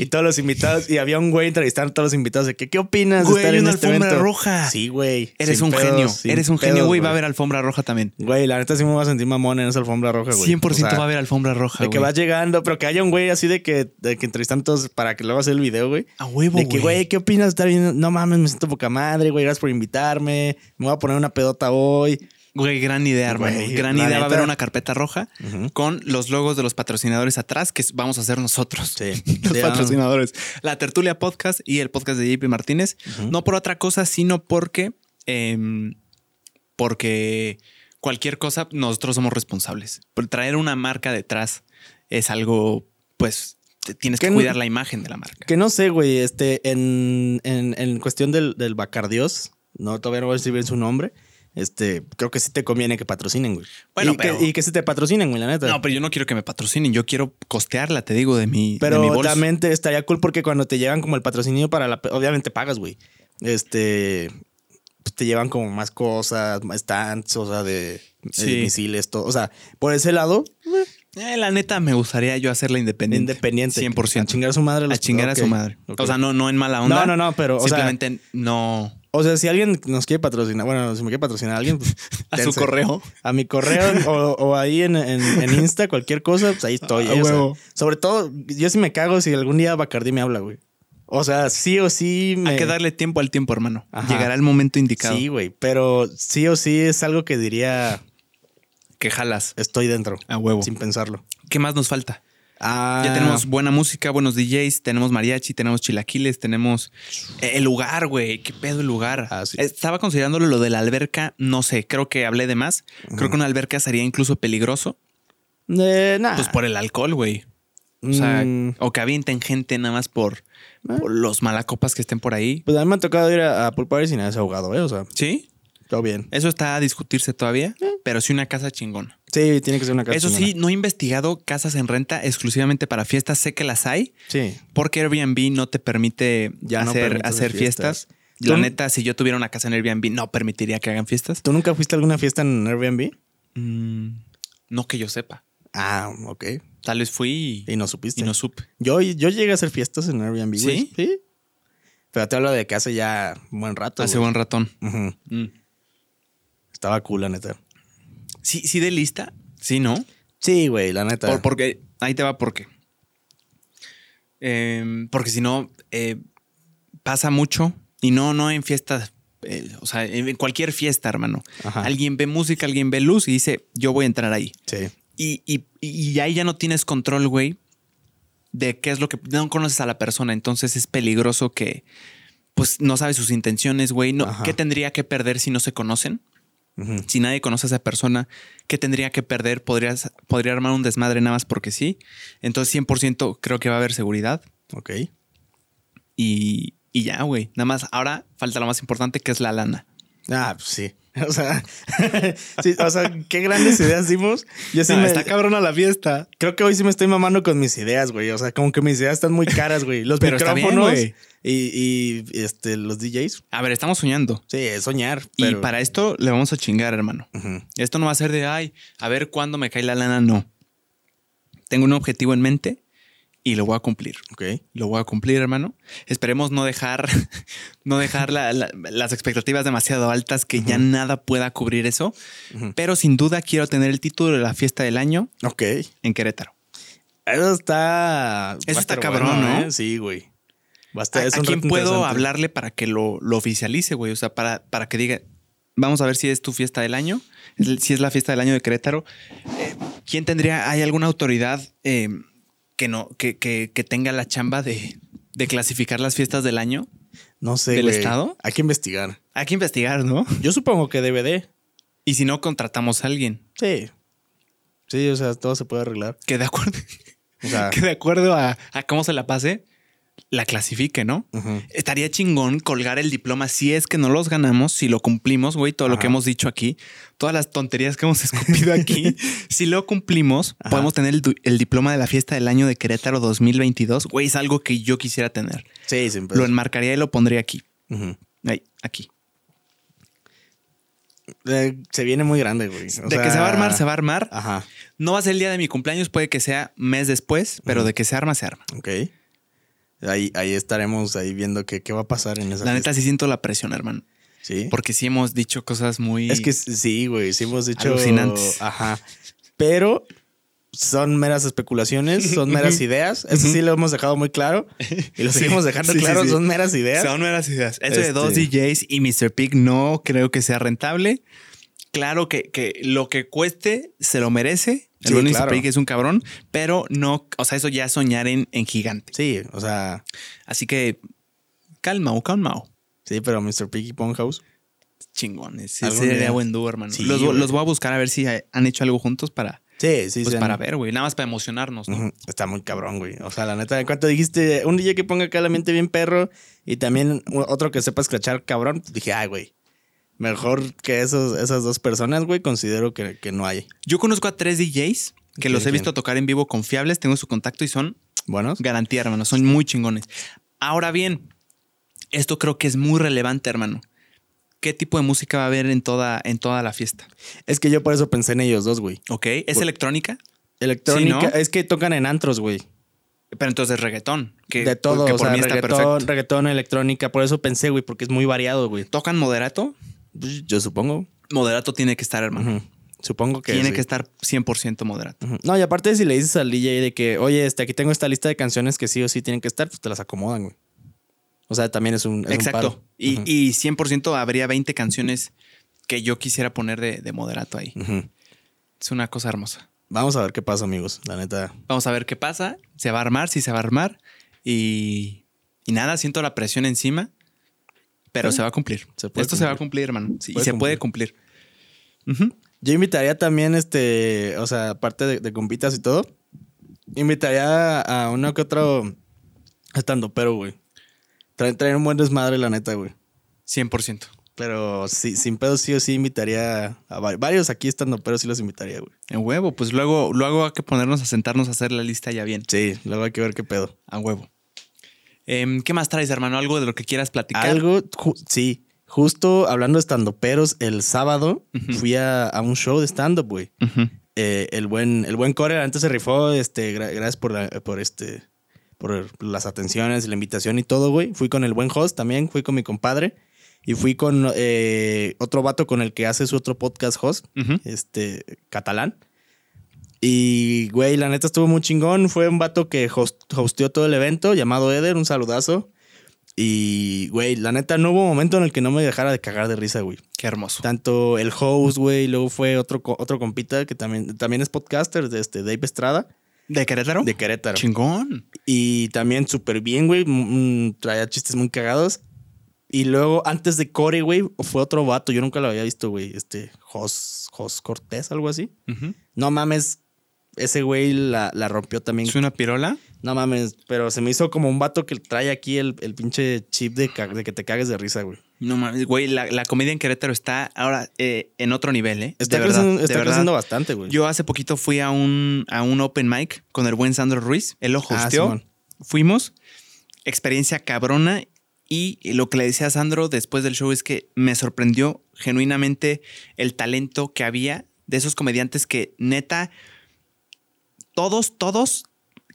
B: Y todos los invitados. Y había un güey entrevistando a todos los invitados de que, ¿qué opinas de
A: Güey,
B: estar
A: hay
B: en
A: una
B: este
A: alfombra
B: evento?
A: roja.
B: Sí, güey.
A: Eres
B: Sin
A: un
B: pedos,
A: genio.
B: sin
A: Eres un genio,
B: pedos,
A: güey. Va a haber alfombra roja también.
B: Güey, la neta sí me voy a sentir mamón en esa alfombra roja, güey.
A: 100%
B: O sea,
A: va a haber alfombra roja.
B: De que
A: güey.
B: vas llegando, pero que haya un güey así de que, de que entrevistan todos para que luego hacer el video, güey.
A: A huevo,
B: De que, güey,
A: güey.
B: ¿qué opinas de estar viendo? No mames, me siento poca madre, güey. Gracias por invitarme. Me voy a poner una pedota hoy.
A: Güey, gran idea, hermano.
B: Güey,
A: gran
B: la
A: idea. Va a haber
B: neta.
A: una carpeta roja
B: Ujú.
A: con los logos de los patrocinadores atrás que vamos a hacer nosotros.
B: Sí.
A: Los
B: Sí, ah.
A: patrocinadores. La Tertulia Podcast y el podcast de JP Martínez. No por otra cosa, sino porque. em, porque cualquier cosa, nosotros somos responsables. Por traer una marca detrás es algo, pues, te- tienes
B: Que
A: que
B: no-
A: cuidar la imagen de la marca.
B: Que no sé, güey, este, en, en, en cuestión del, del Bacardios, no, todavía no voy a decir bien su nombre, este, creo que sí te conviene que patrocinen, güey.
A: Bueno,
B: y,
A: pero-
B: que, y que sí te patrocinen, güey, la neta.
A: No, pero yo no quiero que me patrocinen, yo quiero costearla, te digo, de mi, de mi
B: Pero
A: bolsa.
B: también te- estaría cool porque cuando te llevan como el patrocinio para la... pe- Obviamente pagas, güey. Este... pues, te llevan como más cosas, más stands, o sea, de, de
A: Sí.
B: misiles, todo. O sea, por ese lado,
A: Eh, la neta, me gustaría yo hacerla independiente.
B: independiente. A
A: 100%.
B: chingar a su madre.
A: A
B: los-
A: chingar a su
B: ok,
A: madre.
B: ok.
A: O sea, no, no en mala onda.
B: No, no, no, pero, o sea-
A: Simplemente no.
B: O sea, si alguien nos quiere patrocinar, bueno, si me quiere patrocinar a alguien, pues,
A: A su
B: dense.
A: correo.
B: A mi correo o, o ahí en, en- en Insta, cualquier cosa, pues ahí estoy.
A: A
B: eh, o sea,
A: Ah, huevo.
B: sobre todo, yo sí me cago si algún día Bacardi me habla, güey. O sea, sí o sí me.
A: Hay Ah, que darle tiempo al tiempo, hermano.
B: Ajá.
A: Llegará el momento indicado.
B: Sí, güey, pero sí o sí es algo que diría
A: Que jalas.
B: estoy dentro,
A: A huevo.
B: sin pensarlo.
A: ¿Qué más nos falta?
B: Ah,
A: Uh. Ya tenemos buena música, buenos DJs, tenemos mariachi, tenemos chilaquiles, tenemos eh, el lugar, güey. ¿Qué pedo el lugar?
B: Ah, sí.
A: Estaba considerándolo lo de la alberca, no sé, creo que hablé de más. Creo que una alberca sería incluso peligroso.
B: eh, nah.
A: Pues por el alcohol, güey. O sea,
B: Mm,
A: o que avienten gente nada más por, por los malacopas que estén por ahí.
B: pues a mí me ha tocado ir a, a Pool Party sin desahogado, ¿eh? O sea,
A: Sí,
B: todo bien.
A: eso está a discutirse todavía, pero sí una casa chingona.
B: Sí, tiene que ser una casa.
A: Eso sí,
B: chingona.
A: no he investigado casas en renta exclusivamente para fiestas. Sé que las hay,
B: Sí.
A: porque Airbnb no te permite
B: Ya no
A: hacer,
B: permite hacer
A: hacer fiestas.
B: fiestas.
A: La
B: Tú-
A: neta, si yo tuviera una casa en Airbnb, no permitiría que hagan fiestas.
B: ¿Tú nunca fuiste a alguna fiesta en Airbnb?
A: Mm, no que yo sepa.
B: Ah, ok.
A: Tal vez fui y,
B: Y no supiste.
A: y no supe.
B: Yo, yo llegué a hacer fiestas en Airbnb, güey.
A: ¿Sí?
B: Sí. Pero te hablo de que hace ya un buen rato.
A: Hace
B: güey.
A: buen ratón.
B: Ujú.
A: Mm.
B: Estaba cool, la neta.
A: Sí, sí, de lista. Sí, ¿no?
B: Sí, güey, la neta.
A: Por- porque ahí te va porque. Eh, porque si no, eh, pasa mucho y no, no en fiestas. eh, o sea, en en cualquier fiesta, hermano.
B: Ajá.
A: Alguien ve música, alguien ve luz y dice, yo voy a entrar ahí.
B: Sí.
A: Y, y- y ahí ya no tienes control, güey, de qué es lo que... No conoces a la persona, entonces es peligroso que, pues, no sabes sus intenciones, güey. No,
B: Ajá.
A: ¿Qué tendría que perder si no se conocen?
B: Ujú.
A: Si nadie conoce a esa persona, ¿qué tendría que perder? Podrías, podría armar un desmadre nada más porque sí. Entonces, 100% creo que va a haber seguridad.
B: Ok.
A: Y, y ya, güey. Nada más, ahora falta lo más importante, que es la lana.
B: Ah, pues sí. O sea, sí, o sea, qué grandes ideas dimos. Yo sí
A: No,
B: me-
A: Ah, está cabrona la fiesta.
B: Creo que hoy sí me estoy mamando con mis ideas, güey. O sea, como que mis ideas están muy caras, güey. Los
A: Pero está bien,
B: micrófonos
A: güey.
B: y, y, este, los DJs.
A: A ver, estamos soñando.
B: Sí, es soñar.
A: Y
B: pero-
A: para esto le vamos a chingar, hermano.
B: Ujú.
A: Esto no va a ser de, ay, a ver cuándo me cae la lana. No. Tengo un objetivo en mente y lo voy a cumplir.
B: Ok.
A: Lo voy a cumplir, hermano. Esperemos no dejar, no dejar la- la- las expectativas demasiado altas que ya nada pueda cubrir eso.
B: Ujú.
A: Pero sin duda quiero tener el título de la fiesta del año
B: Ok.
A: en Querétaro.
B: Eso está. va a
A: está
B: estar
A: cabrón, ¿no?
B: ¿eh? Sí, güey. Va a
A: ¿A,
B: estar- es
A: a
B: un
A: quién
B: reto
A: puedo
B: interesante.
A: hablarle para que lo, lo oficialice, güey? O sea, para, para que diga, vamos a ver si es tu fiesta del año, el- si es la fiesta del año de Querétaro. Eh, ¿Quién tendría, hay alguna autoridad eh, que no, que, que- que tenga la chamba de, de clasificar las fiestas del año?
B: No sé.
A: ¿Del
B: güey.
A: Estado?
B: Hay que investigar.
A: Hay que investigar, ¿no?
B: Yo supongo que DVD.
A: Y si no, contratamos a alguien.
B: Sí. Sí, o sea, todo se puede arreglar.
A: que de acuerdo,
B: O sea,
A: que de acuerdo a, a cómo se la pase, la clasifique, ¿no?
B: ujú.
A: Estaría chingón colgar el diploma si es que no los ganamos, si lo cumplimos, güey, todo lo
B: Ajá.
A: que hemos dicho aquí, todas las tonterías que hemos escupido aquí, si lo cumplimos,
B: Ajá.
A: podemos tener el, du- el diploma de la fiesta del año de Querétaro 2022, güey, es algo que yo quisiera tener.
B: sí, sin
A: Lo
B: pedos.
A: enmarcaría y lo pondría aquí,
B: Ujú.
A: ahí, aquí.
B: Eh, se viene muy grande, güey. O ah.
A: de
B: sea,
A: que se va a armar, se va a armar.
B: Ajá.
A: No va a ser el día de mi cumpleaños, puede que sea mes después, pero de que se arma, se arma.
B: Ok. Ahí, ahí estaremos ahí viendo qué, qué va a pasar en esa
A: La
B: fiesta.
A: neta sí siento la presión, hermano.
B: Sí.
A: Porque sí hemos dicho cosas muy.
B: ¿Eh? Es que sí, güey. Sí hemos dicho.
A: Alucinantes.
B: Ajá. Pero son meras especulaciones, son meras ideas. Eso sí lo hemos dejado muy claro. Y lo
A: Sí.
B: seguimos dejando
A: Sí, sí,
B: claro.
A: sí.
B: Son meras ideas.
A: son nuevas ideas. Eso de
B: Este-
A: dos DJs y Mr. Pig no creo que sea rentable. Claro que, que lo que cueste se lo merece. El
B: Sí,
A: buen
B: claro.
A: Mr. Pig es un cabrón, pero no, o sea, eso ya es soñar en, en gigante.
B: Sí, o sea.
A: Así que calma, o calma. o.
B: Sí, pero Mr. Piggy Ponghouse.
A: Chingones.
B: Algún
A: Ese sería
B: día.
A: buen dúo, hermano.
B: Sí,
A: los, vo-
B: güey.
A: los voy a buscar a ver si ha- han hecho algo juntos para
B: Sí, sí,
A: Pues
B: sí.
A: para ver, güey. Nada más para emocionarnos, ¿no?
B: Ujú, Está muy cabrón, güey. O sea, la neta, en cuanto dijiste, un DJ que ponga acá la mente bien perro y también u- otro que sepa escrachar cabrón, dije, ay, güey. Mejor que esos, esas dos personas, güey, considero que, que no hay.
A: Yo conozco a tres DJs que
B: ¿Quién,
A: los he
B: quién?
A: visto tocar en vivo confiables. Tengo su contacto y son
B: ¿Buenos?
A: garantía, hermano. Son muy chingones. Ahora bien, esto creo que es muy relevante, hermano. ¿Qué tipo de música va a haber en toda, en toda la fiesta?
B: Es que yo por eso pensé en ellos dos, güey.
A: ¿Ok? ¿Es
B: Güey.
A: electrónica?
B: Electrónica,
A: Sí, ¿no?
B: es que tocan en antros, güey.
A: Pero entonces reggaetón. Que,
B: De todo,
A: que
B: o sea, reggaetón,
A: perfecto.
B: reggaetón, electrónica. Por eso pensé, güey, porque es muy variado, güey.
A: ¿Tocan moderato?
B: Pues, Yo supongo.
A: Moderato tiene que estar, hermano.
B: Ujú. Supongo que
A: tiene
B: sí.
A: que estar 100% moderato.
B: Ujú. No, y aparte si le dices al DJ de que, oye, este, aquí tengo esta lista de canciones que sí o sí tienen que estar, pues te las acomodan, güey. O sea, también es un, es un
A: Exacto.
B: paro.
A: Y,
B: Ujú.
A: y 100% habría 20 canciones que yo quisiera poner de, de moderato ahí.
B: Ujú.
A: Es una cosa hermosa.
B: Vamos a ver qué pasa, amigos. La neta.
A: Vamos a ver qué pasa. Se va a armar, sí se va a armar. Y, y nada, siento la presión encima, pero
B: Sí.
A: se va a cumplir.
B: Se
A: Esto
B: puede
A: se va a cumplir,
B: cumplir.
A: hermano. Sí, y
B: Puede
A: se puede cumplir. Ujú.
B: Yo invitaría también, este, o sea, aparte de, de compitas y todo, invitaría a uno que otro estando, pero, güey. Traen, traen un buen desmadre, la neta, güey.
A: 100%.
B: Pero sí, sin pedo sí o sí invitaría a va- varios aquí estando, pero sí los invitaría, güey.
A: En huevo, pues luego, luego hay que ponernos a sentarnos a hacer la lista ya bien.
B: Sí, luego hay que ver qué pedo.
A: A huevo. Em, ¿Qué más traes, hermano? Algo de lo que quieras platicar.
B: Algo, ju- sí. Justo hablando de estandoperos, el sábado
A: Ujú.
B: fui a, a un show de stand-up, güey.
A: Ujú.
B: Eh, el buen, el buen Core antes se rifó, este, gra- gracias por, la- por este, por las atenciones, la invitación y todo, güey. Fui con el buen host también, fui con mi compadre y fui con eh, otro vato con el que hace su otro podcast host,
A: Ujú.
B: este, catalán. Y, güey, la neta estuvo muy chingón. Fue un vato que host- hosteó todo el evento, llamado Eder, un saludazo. Y, güey, la neta no hubo momento en el que no me dejara de cagar de risa, güey.
A: Qué hermoso.
B: Tanto el host, güey, luego fue otro, co- otro compita que también, también es podcaster, de este Dave Estrada,
A: ¿De Querétaro?
B: de Querétaro.
A: Chingón.
B: Y también súper bien, güey. mm, traía chistes muy cagados. Y luego, antes de Corey, güey, fue otro vato. Yo nunca lo había visto, güey. Este, Jos, Jos Cortés, algo así.
A: Ujú.
B: No mames, ese güey la, la rompió también.
A: ¿Es una pirola?
B: No mames, pero se me hizo como un vato que trae aquí el, el pinche chip de, ca- de que te cagues de risa, güey.
A: No mames, güey, la, la comedia en Querétaro está ahora eh, en otro nivel, ¿eh?
B: Está,
A: De verdad,
B: creciendo,
A: de
B: está
A: verdad.
B: creciendo bastante, güey.
A: Yo hace poquito fui a un, a un open mic con el buen Sandro Ruiz. Él lo
B: Ah,
A: hosteó.
B: Simón.
A: Fuimos. Experiencia cabrona. Y lo que le decía a Sandro después del show es que me sorprendió genuinamente el talento que había de esos comediantes que, neta, todos, todos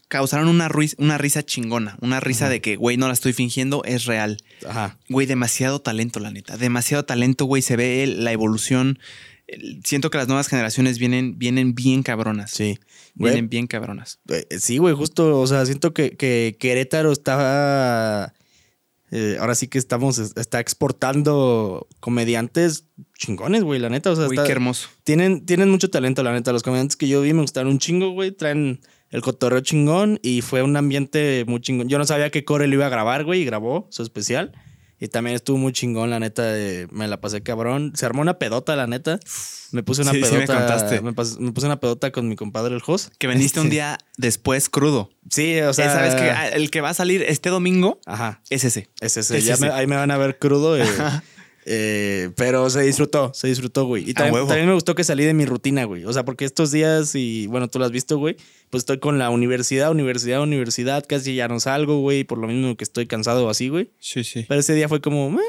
A: causaron una, ruiz- una risa chingona. Una risa de que, güey, no la estoy fingiendo, es real.
B: Ajá.
A: Güey, demasiado talento, la neta. Demasiado talento, güey. Se ve el- la evolución. El- Siento que las nuevas generaciones vienen, vienen bien cabronas.
B: Sí. Güey,
A: Vienen bien cabronas.
B: eh, sí, güey, justo. O sea, siento que, que Querétaro está. eh, ahora sí que estamos. Está exportando comediantes chingones, güey, la neta. O sea,
A: Güey,
B: está-
A: qué hermoso.
B: Tienen, tienen mucho talento, la neta. Los comediantes que yo vi me gustaron un chingo, güey. Traen el cotorreo chingón y fue un ambiente muy chingón. Yo no sabía que Core lo iba a grabar, güey, y grabó su especial. Y también estuvo muy chingón, la neta. eh, me la pasé cabrón. Se armó una pedota, la neta. Me puse una
A: Sí, sí
B: pedota.
A: me contaste.
B: me pas- me puse una pedota con mi compadre el host.
A: Que veniste un día después crudo.
B: Sí, o sea.
A: Sabes que ah, el que va a salir este domingo
B: Ajá.
A: es ese.
B: Es ese.
A: Es
B: ya
A: ese.
B: me- ahí me van a ver crudo. eh, eh, pero se disfrutó, se disfrutó, güey. Y
A: A
B: también,
A: huevo.
B: también me gustó que salí de mi rutina, güey. O sea, porque estos días, y bueno, tú lo has visto, güey, pues estoy con la universidad, universidad, universidad. Casi ya no salgo, güey, por lo mismo que estoy cansado o así, güey.
A: Sí, sí.
B: Pero ese día fue como, "Meh,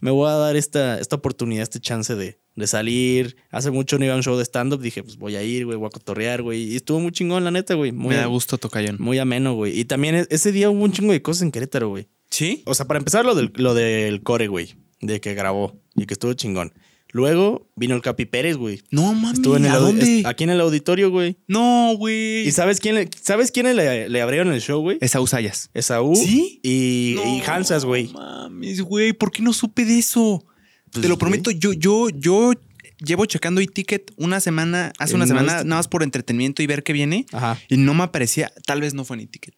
B: me voy a dar esta, esta oportunidad, este chance de, de salir. Hace mucho no iba a un show de stand-up. Dije, pues voy a ir, güey, voy a cotorrear, güey. Y estuvo muy chingón, la neta, güey. Muy,
A: Me da gusto, Tocayón.
B: muy ameno, güey. Y también e- ese día hubo un chingo de cosas en Querétaro, güey.
A: ¿Sí?
B: O sea, para empezar, lo del, lo del core, güey. De que grabó y que estuvo chingón. Luego vino el Capi Pérez, güey.
A: No, mami.
B: Estuvo en el
A: ¿A
B: audi-
A: dónde?
B: est- aquí en el auditorio, güey.
A: No, güey.
B: ¿Y sabes quién le, sabes quién le, le abrieron el show, güey?
A: Es a Usayas.
B: Esaú
A: ¿Sí?
B: y,
A: No,
B: y Hansas, güey.
A: Mames, güey, ¿por qué no supe de eso?
B: Pues,
A: Te lo
B: güey.
A: prometo, yo, yo, yo llevo checando e-ticket una semana, hace
B: Eh,
A: una
B: no
A: semana,
B: viste-
A: nada más por entretenimiento y ver qué viene.
B: Ajá.
A: Y no me aparecía, tal vez no fue en e-ticket.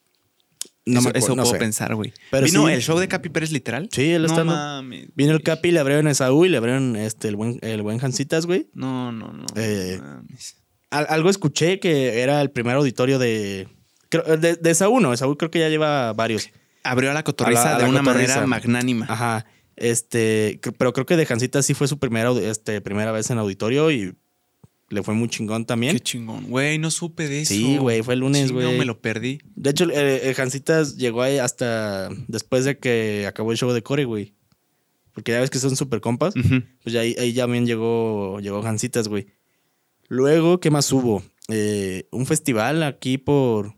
A: eso
B: No me acu-
A: eso
B: no
A: puedo
B: sé.
A: pensar, güey.
B: Pero
A: Vino
B: sí.
A: el show de Capi Pérez literal.
B: Sí, él
A: No
B: está-
A: mames.
B: Vino el
A: güey.
B: Capi, le abrieron a Esaú y le abrieron este, el, buen, el buen Hansitas, güey.
A: No, no, no.
B: Eh.
A: mames.
B: al- algo escuché que era el primer auditorio de. creo- De, de esa uno, esa creo que ya lleva varios.
A: Abrió a la cotorriza
B: A la- a
A: de
B: la
A: una
B: cotorriza.
A: manera magnánima.
B: Ajá. Este, cr- pero creo que de Jancita sí fue su primera, au- este, primera vez en auditorio y le fue muy chingón también.
A: Qué chingón. Güey, no supe de eso.
B: Sí, güey, fue el lunes,
A: Sí, No
B: güey.
A: me lo perdí.
B: De hecho, eh, eh, Jancitas llegó ahí hasta después de que acabó el show de Corey, güey. Porque ya ves que son super compas.
A: Ujú.
B: Pues ya ahí, ahí también llegó, llegó Jancitas, güey. Luego, ¿qué más hubo? Eh, un festival aquí por.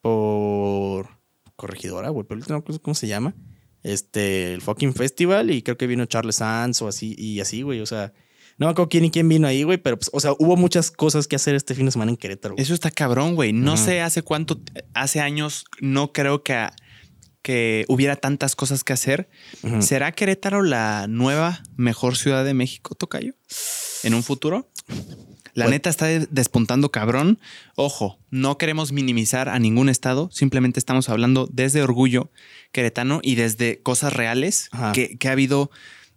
B: por. Corregidora, güey, pero ahorita no recuerdo cómo se llama. Este, el fucking festival, y creo que vino Charles Sanz o así, y así, güey. O sea, no me acuerdo quién y quién vino ahí, güey, pero pues, o sea, hubo muchas cosas que hacer este fin de semana en Querétaro, güey.
A: Eso está cabrón, güey. No
B: Ajá.
A: sé hace cuánto, hace años, no creo que, que hubiera tantas cosas que hacer.
B: Ujú.
A: ¿Será Querétaro la nueva mejor ciudad de México, Tocayo? ¿En un futuro? La
B: Pues-
A: neta está de- despuntando cabrón. Ojo, no queremos minimizar a ningún estado, simplemente estamos hablando desde orgullo queretano y desde cosas reales,
B: Ajá.
A: que, que ha habido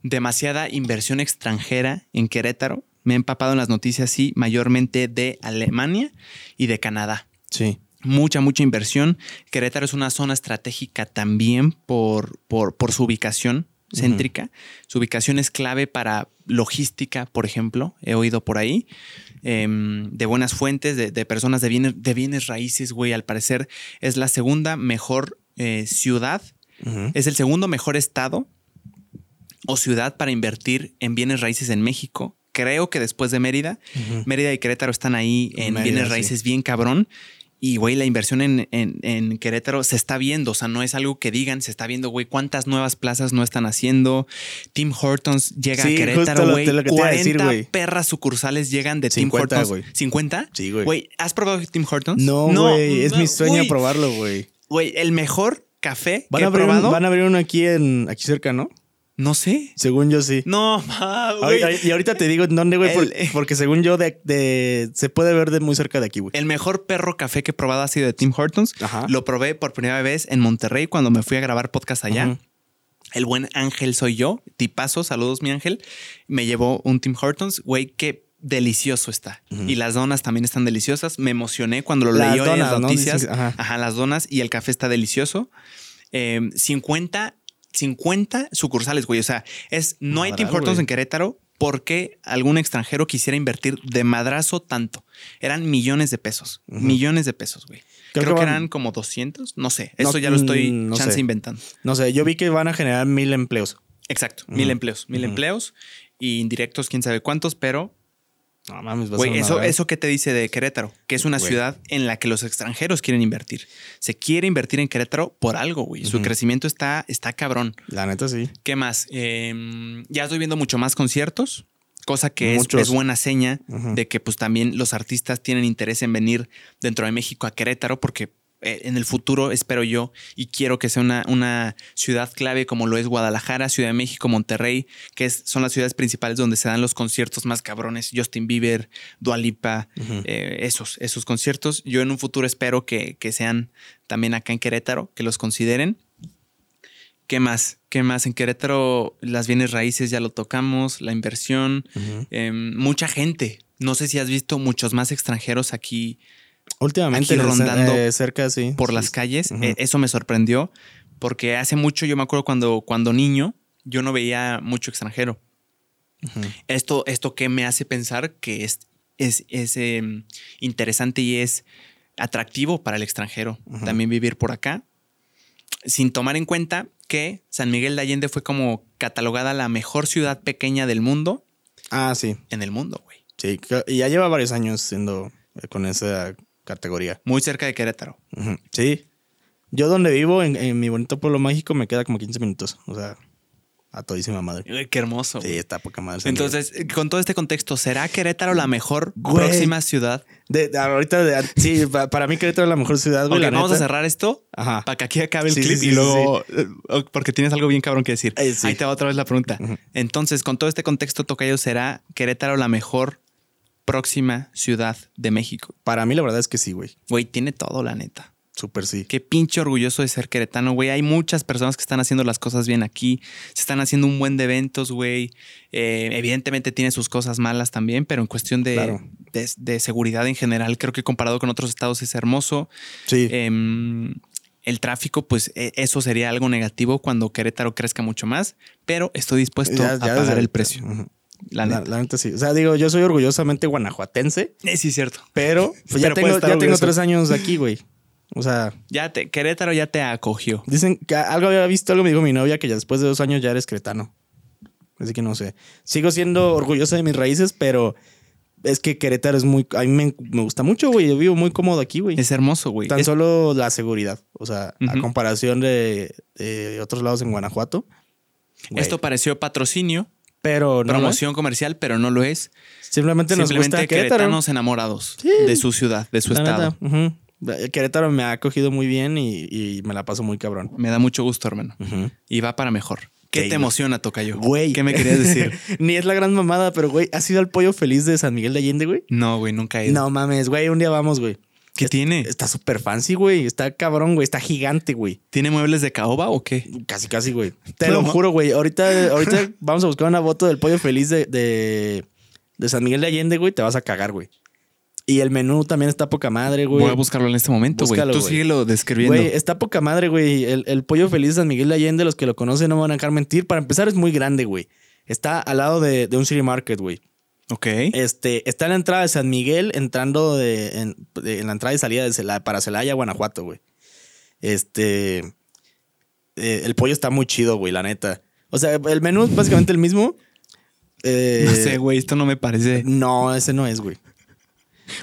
A: demasiada inversión extranjera en Querétaro. Me he empapado en las noticias, sí, mayormente de Alemania y de Canadá
B: Sí.
A: mucha, mucha inversión. Querétaro es una zona estratégica también por, por, por su ubicación
B: Ujú.
A: céntrica. Su ubicación es clave para logística, por ejemplo. He oído por ahí. em, de buenas fuentes, de, de personas de bienes, de bienes raíces, güey. Al parecer es la segunda mejor eh, ciudad
B: Ujú.
A: es el segundo mejor estado o ciudad para invertir en bienes raíces en México. Creo que después de Mérida,
B: Ujú.
A: Mérida y Querétaro están ahí en
B: Mérida,
A: bienes
B: sí.
A: raíces bien cabrón. Y, güey, la inversión en, en- en Querétaro se está viendo. O sea, no es algo que digan, se está viendo, güey, cuántas nuevas plazas no están haciendo. Tim Hortons llega
B: Sí,
A: a
B: justo
A: Querétaro,
B: lo-
A: güey.
B: lo que te iba a
A: 40
B: decir, güey.
A: perras sucursales llegan de Tim
B: 50,
A: Hortons.
B: güey.
A: ¿50?
B: Sí, güey.
A: Güey, ¿has probado Tim Hortons?
B: No, güey, es mi
A: no,
B: sueño
A: güey.
B: probarlo, güey.
A: Güey, el mejor café
B: Van
A: que he
B: a, abrir un-
A: probado.
B: van a abrir uno aquí en aquí cerca, ¿no?
A: No sé.
B: Según yo sí.
A: No, ma,
B: Ahori-
A: güey.
B: ahori- y ahorita te digo en dónde, güey, por-
A: El-
B: porque, según yo de, de- se puede ver de muy cerca de aquí, güey.
A: El mejor perro café que he probado ha sido de Tim Hortons.
B: Ajá.
A: Lo probé por primera vez en Monterrey cuando me fui a grabar podcast allá.
B: Ujú.
A: El buen Ángel soy yo. Tipazo, saludos mi Ángel. Me llevó un Tim Hortons. Güey, qué delicioso está. Y las donas también están deliciosas. Me emocioné cuando lo
B: Las
A: leí hoy en las
B: donas, ¿no?
A: noticias.
B: Dices,
A: ajá.
B: ajá.
A: las donas y el café está delicioso. Eh, 50, 50 sucursales, güey. O sea, es no hay
B: Madral,
A: Tim Hortons
B: güey.
A: en Querétaro. ¿Por qué algún extranjero quisiera invertir de madrazo tanto? Eran millones de pesos.
B: Ujú.
A: Millones de pesos, güey. Creo,
B: Creo
A: que,
B: que van-
A: eran como 200. No sé.
B: No,
A: Eso ya lo estoy
B: mm, no
A: chance
B: sé.
A: inventando.
B: No sé, yo vi que van a generar mil empleos.
A: Exacto.
B: Ujú.
A: Mil empleos. Mil
B: Ujú.
A: empleos. Y indirectos, quién sabe cuántos, pero
B: No mames, va a
A: Güey,
B: ser Pues una
A: eso,
B: verga.
A: eso que te dice de Querétaro, que es una
B: Güey.
A: ciudad en la que los extranjeros quieren invertir. Se quiere invertir en Querétaro por algo, güey. Su
B: Ujú.
A: crecimiento está, está cabrón.
B: La neta sí.
A: ¿Qué más? Em, ya estoy viendo mucho más conciertos, cosa que es,
B: Muchos.
A: es buena seña
B: Ujú.
A: de que pues también los artistas tienen interés en venir dentro de México a Querétaro porque eh, en el futuro espero yo y quiero que sea una, una ciudad clave como lo es Guadalajara, Ciudad de México, Monterrey, que es- son las ciudades principales donde se dan los conciertos más cabrones, Justin Bieber, Dualipa,
B: Ujú.
A: esos, esos conciertos. Yo en un futuro espero que, que sean también acá en Querétaro, que los consideren. ¿Qué más? ¿Qué más? En Querétaro las bienes raíces ya lo tocamos, la inversión,
B: Ujú.
A: em, mucha gente. No sé si has visto muchos más extranjeros aquí
B: Últimamente
A: aquí
B: les-
A: rondando
B: eh, cerca, sí.
A: por
B: Sí,
A: las
B: sí.
A: calles.
B: Ujú.
A: Eh, eso me sorprendió porque hace mucho, yo me acuerdo cuando, cuando niño, yo no veía mucho extranjero.
B: Ujú.
A: Esto, esto que me hace pensar que es, es, es, em, interesante y es atractivo para el extranjero
B: Ujú.
A: también vivir por acá, sin tomar en cuenta que San Miguel de Allende fue como catalogada la mejor ciudad pequeña del mundo
B: Ah, sí.
A: en el mundo, güey.
B: Sí, creo- y ya lleva varios años siendo eh, con esa categoría.
A: Muy cerca de Querétaro.
B: Ujú. Sí. Yo donde vivo, en, en mi bonito pueblo mágico, me queda como 15 minutos. O sea, a todísima madre.
A: Ay, Qué hermoso.
B: Sí,
A: güey.
B: está poca madre. San Miguel.
A: Entonces, eh, con todo este contexto, ¿será Querétaro la mejor
B: Güey.
A: próxima ciudad?
B: De- de- ahorita, de- sí, pa- para mí Querétaro es la mejor ciudad, güey.
A: Ok,
B: la
A: vamos a
B: neta.
A: cerrar esto
B: Ajá.
A: para que aquí acabe el
B: Sí, sí,
A: clip
B: sí,
A: y
B: sí,
A: luego. eh, Porque tienes algo bien cabrón que decir.
B: Eh, sí.
A: Ahí te va otra vez la pregunta.
B: Ujú.
A: Entonces, con todo este contexto, Tocayo, ¿será Querétaro la mejor próxima ciudad de México?
B: Para mí la verdad es que sí, güey.
A: Güey, tiene todo, la neta.
B: Súper sí.
A: Qué pinche orgulloso de ser queretano, güey. Hay muchas personas que están haciendo las cosas bien aquí. Se están haciendo un buen de eventos, güey. Eh, evidentemente tiene sus cosas malas también, pero en cuestión de,
B: Claro.
A: de, de seguridad en general, creo que comparado con otros estados es hermoso.
B: Sí.
A: Em, el tráfico, pues e- eso sería algo negativo cuando Querétaro crezca mucho más, pero estoy dispuesto
B: Ya-
A: a
B: ya
A: pagar
B: desde-
A: el precio.
B: Ujú.
A: La
B: La-
A: neta.
B: la neta sí. O sea, digo, yo soy orgullosamente guanajuatense,
A: Eh, sí, cierto.
B: pero pues, ya,
A: Pero puede
B: tengo,
A: estar
B: ya tengo
A: orgulloso.
B: tres años aquí, güey. O sea,
A: Ya te, Querétaro ya te acogió.
B: dicen que algo había visto, algo me dijo mi novia, que ya después de dos años ya eres cretano. Así que no sé. Sigo siendo orgulloso de mis raíces, pero es que Querétaro es muy... A mí me, me gusta mucho, güey. Yo vivo muy cómodo aquí, güey.
A: Es hermoso, güey.
B: Tan
A: Es-
B: solo la seguridad. O sea, a
A: Ujú.
B: comparación de, de otros lados en Guanajuato. güey.
A: Esto pareció patrocinio,
B: pero no, ¿no?
A: promoción comercial, pero no lo es.
B: Simplemente nos
A: Simplemente
B: gusta Querétaro.
A: queretanos enamorados
B: Sí.
A: de su ciudad, de su
B: La
A: estado.
B: neta, ujú. Eh, Querétaro me ha acogido muy bien y, y me la paso muy cabrón.
A: Me da mucho gusto, hermano. Y va para mejor. ¿Qué te
B: Sí, güey.
A: emociona, Tocayo?
B: Güey.
A: ¿Qué me querías decir?
B: Ni es la gran mamada, pero güey, ¿has ido al pollo feliz de San Miguel de Allende, güey?
A: No, güey, nunca he ido.
B: No mames, güey, un día vamos, güey.
A: ¿Qué tiene?
B: Está súper fancy, güey. Está cabrón, güey. Está gigante, güey.
A: ¿Tiene muebles de caoba o qué?
B: Casi, casi, güey. Te
A: No,
B: lo
A: ma-
B: juro, güey. Ahorita, ahorita vamos a buscar una foto del pollo feliz de, de, de San Miguel de Allende, güey. Te vas a cagar, güey. Y el menú también está poca madre, güey.
A: Voy a buscarlo en este momento, güey.
B: Búscalo,
A: Tú
B: güey.
A: síguelo describiendo.
B: Güey, está poca madre, güey. El, el pollo feliz de San Miguel de Allende, los que lo conocen no me van a dejar mentir. Para empezar, es muy grande, güey. Está al lado de, de un City Market, güey.
A: ok.
B: Este, está en la entrada de San Miguel, entrando de, en, de- en la entrada y salida de Celaya, para Celaya, Guanajuato, güey. Este. eh, el pollo está muy chido, güey, la neta. O sea, el menú es básicamente el mismo. Eh,
A: no sé, güey, esto no me parece.
B: No, ese no es, güey.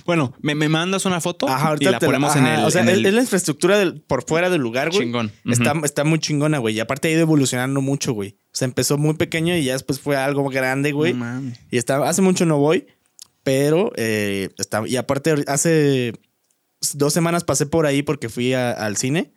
A: Bueno, me, me mandas una foto
B: Ajá,
A: y
B: ahorita
A: la
B: te lo-
A: ponemos en
B: ajá,
A: el.
B: O sea,
A: en
B: es-
A: el-
B: es la infraestructura del- por fuera del lugar, güey.
A: Chingón.
B: Está,
A: Ujú.
B: está muy chingona, güey. Y aparte ha ido evolucionando mucho, güey. O sea, empezó muy pequeño y ya después fue algo grande, güey.
A: No mames.
B: y está, hace mucho no voy, pero eh, está. Y aparte, hace dos semanas pasé por ahí porque fui a- al cine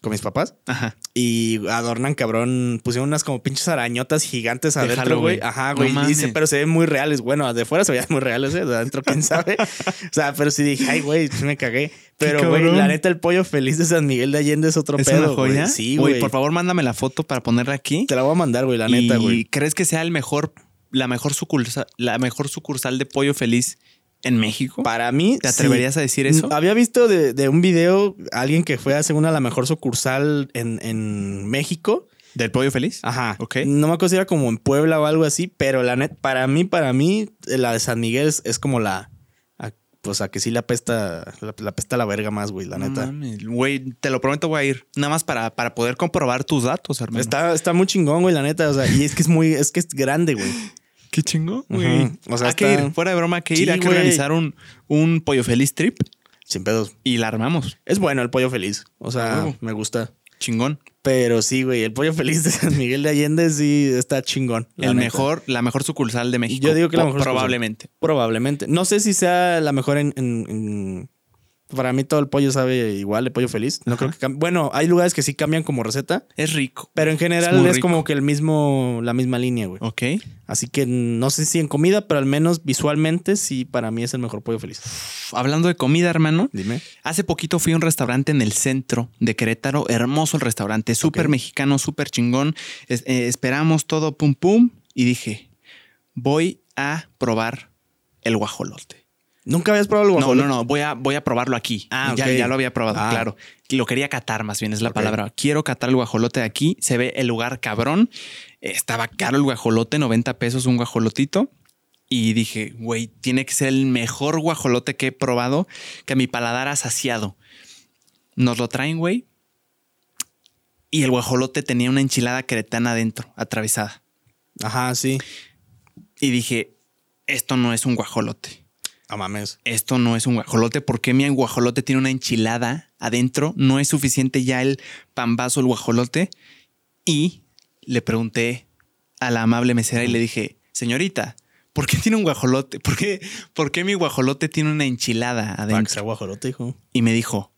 B: con mis papás
A: Ajá.
B: y adornan, cabrón. Pusieron unas como pinches arañotas gigantes
A: De
B: adentro, güey.
A: Halloween.
B: Ajá,
A: No
B: güey. y dice,
A: mames.
B: pero se ven muy reales. Bueno, de fuera se veían muy reales, ¿eh? De adentro, quién sabe. o sea, pero sí dije, ay, güey, sí me cagué. Pero, güey,
A: cabrón.
B: la neta, el pollo feliz de San Miguel de Allende es otro
A: ¿Es
B: pedo.
A: una joya?
B: güey. Sí,
A: Güey,
B: güey.
A: por favor, mándame la foto para ponerla aquí.
B: Te la voy a mandar, güey, la neta,
A: ¿Y
B: güey.
A: crees que sea el mejor, la mejor sucursal, la mejor sucursal de pollo feliz en México?
B: Para mí.
A: ¿Te
B: sí.
A: atreverías a decir eso?
B: Había visto de, de un video alguien que fue a según a la mejor sucursal en, en México.
A: ¿Del pollo feliz?
B: Ajá.
A: Ok.
B: No me acuerdo si era como en Puebla o algo así, pero la net, para mí, para mí, la de San Miguel es, es como la. a- pues a que sí la pesta, la, la pesta la verga más, güey, la
A: No
B: neta.
A: mames, Güey, te lo prometo, voy a ir. Nada más para, para poder comprobar tus datos, hermano.
B: Está, está muy chingón, güey, la neta. O sea, y es que es muy, es que es grande, güey.
A: Qué chingo,
B: güey.
A: O sea, hay
B: Hay
A: que
B: que
A: Ah, ir, fuera de broma, hay que ir.
B: Sí,
A: hay que
B: güey.
A: organizar un, un pollo feliz trip
B: Sin pedos.
A: y la armamos.
B: Es bueno el pollo feliz. O sea,
A: Huevo.
B: me gusta.
A: Chingón.
B: Pero sí, güey, el pollo feliz de San Miguel de Allende sí está chingón. la
A: el
B: neta.
A: mejor, la mejor sucursal de México.
B: Yo digo que la
A: Po-
B: mejor sucursal.
A: Probablemente.
B: Probablemente. No sé si sea la mejor en. en- en- Para mí todo el pollo sabe igual de pollo feliz. No creo que cambie. Bueno, hay lugares que sí cambian como receta,
A: Es rico.
B: pero en general
A: Es
B: es,
A: muy rico. Oh.
B: como que el mismo, la misma línea, güey.
A: Ok.
B: Así que no sé si en comida, pero al menos visualmente sí para mí es el mejor pollo feliz.
A: Pf, Hablando de comida, hermano,
B: Dime.
A: hace poquito fui a un restaurante en el centro de Querétaro. Hermoso el restaurante, súper mexicano, súper chingón. Es- eh, esperamos todo, pum, pum. Y dije, voy a probar el guajolote.
B: Nunca habías probado
A: No,
B: el guajolote.
A: no, no, voy a, voy a probarlo aquí.
B: Ah,
A: ya,
B: ok.
A: ya lo había probado,
B: Ah.
A: claro. Lo quería catar, más bien es la
B: Ok.
A: palabra. Quiero catar el guajolote de aquí. Se ve el lugar cabrón. Estaba caro el guajolote, 90 pesos un guajolotito. Y dije, güey, tiene que ser el mejor guajolote que he probado, que mi paladar ha saciado. Nos lo traen, güey. Y el guajolote tenía una enchilada queretana adentro, atravesada.
B: Ajá, sí.
A: Y dije, esto no es un guajolote
B: A mames.
A: esto no es un guajolote, ¿por qué mi guajolote tiene una enchilada adentro? ¿No es suficiente ya el pambazo, el guajolote? Y le pregunté a la amable mesera y le dije, señorita, ¿por qué tiene un guajolote? ¿Por qué, por qué mi guajolote tiene una enchilada
B: Para que
A: adentro?
B: sea guajolote, hijo.
A: Y me dijo,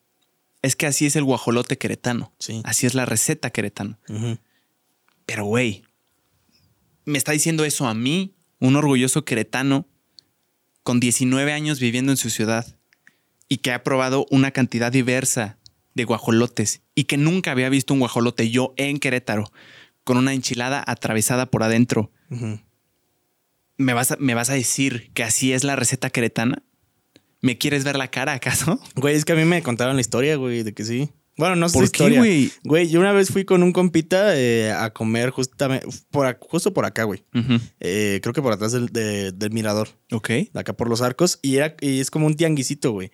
A: es que así es el guajolote queretano,
B: Sí.
A: así es la receta queretano.
B: Ujú.
A: Pero, güey, me está diciendo eso a mí, un orgulloso queretano con 19 años viviendo en su ciudad y que ha probado una cantidad diversa de guajolotes y que nunca había visto un guajolote yo en Querétaro con una enchilada atravesada por adentro.
B: Ujú.
A: ¿me vas, a, ¿me vas a decir que así es la receta queretana? ¿Me quieres ver la cara acaso?
B: Güey, es que a mí me contaron la historia, güey, de que sí. Bueno, no sé
A: ¿Por
B: la
A: qué,
B: historia.
A: güey?
B: Güey, yo una vez fui con un compita eh, a comer justamente por, ac- justo por acá, güey.
A: Ujú.
B: Eh, creo que por atrás del, de- del mirador,
A: Ok.
B: de acá por los arcos. Y, era, y es como un tianguisito, güey.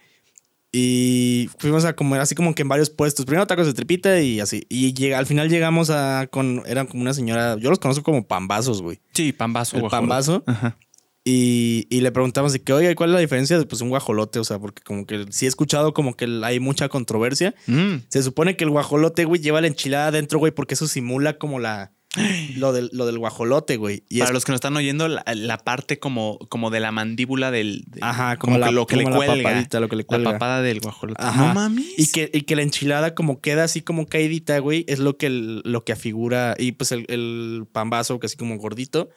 B: Y fuimos a comer así como que en varios puestos. Primero tacos de tripita y así. Y llega, al final llegamos a con... Eran como una señora... Yo los conozco como pambazos, güey.
A: Sí, pambazo.
B: El
A: guajolote.
B: pambazo.
A: Ajá.
B: Y, y le preguntamos de que, oye, ¿cuál es la diferencia de pues, un guajolote? O sea, porque como que sí he escuchado como que hay mucha controversia.
A: Mm.
B: Se supone que el guajolote, güey, lleva la enchilada adentro, güey, porque eso simula como la... Lo del, lo del guajolote, güey. Y
A: Para
B: es-
A: los que nos están oyendo, la, la parte como, como de la mandíbula del... de-
B: Ajá,
A: como,
B: como, la-
A: que lo que
B: como
A: le
B: la
A: cuelga.
B: papadita, lo que le
A: La
B: cuelga.
A: papada del guajolote.
B: Ajá.
A: No mames.
B: Y que, y que la enchilada como queda así como caidita, güey, es lo que, el- lo que afigura. Y pues el, el pambazo, que así como gordito.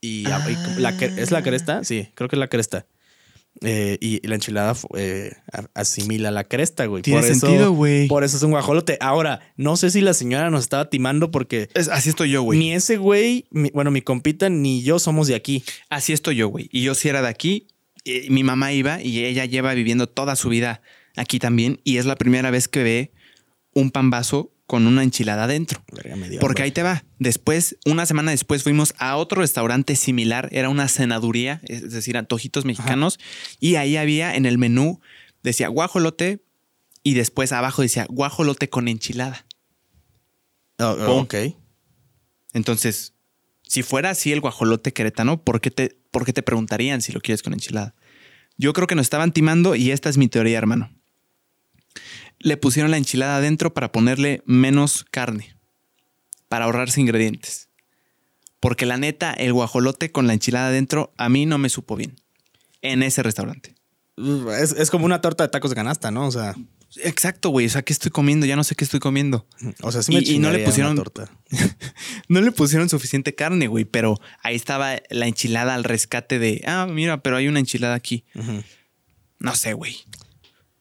B: Y, y como la, que- es
A: Ah.
B: la cresta, sí, creo que es la cresta. Eh, y, y la enchilada fu- eh, a- asimila la cresta, güey.
A: Tiene
B: Por eso-
A: sentido, güey.
B: Por eso es un guajolote. Ahora, no sé si la señora nos estaba timando porque
A: Es- Así estoy yo, güey.
B: ni ese güey, mi- bueno, mi compita ni yo somos de aquí.
A: Así estoy yo, güey. Y yo sí era de aquí. eh, mi mamá iba y ella lleva viviendo toda su vida aquí también. Y es la primera vez que ve un pambazo con una enchilada adentro.
B: Verga, me dio
A: Porque
B: hambre.
A: ahí te va. Después, una semana después, fuimos a otro restaurante similar. Era una cenaduría, es decir, antojitos mexicanos. Y ahí había en el menú, decía guajolote. Y después abajo decía guajolote con enchilada.
B: Ah, ah,
A: Pum.
B: ok.
A: Entonces, si fuera así el guajolote queretano, ¿por qué te, por qué te preguntarían si lo quieres con enchilada? Yo creo que nos estaban timando y esta es mi teoría, hermano. Le pusieron la enchilada adentro para ponerle menos carne, para ahorrarse ingredientes. Porque la neta, el guajolote con la enchilada adentro a mí no me supo bien en ese restaurante.
B: Uh, Es, es como una torta de tacos de canasta, ¿no? O sea,
A: Exacto, güey. O sea, ¿qué estoy comiendo? Ya no sé qué estoy comiendo.
B: o sea sí me
A: Y- y no le
B: chingaría una
A: pusieron-
B: torta.
A: No le pusieron suficiente carne, güey, pero ahí estaba la enchilada al rescate de, ah, mira, pero hay una enchilada aquí.
B: Ujú.
A: No sé, güey.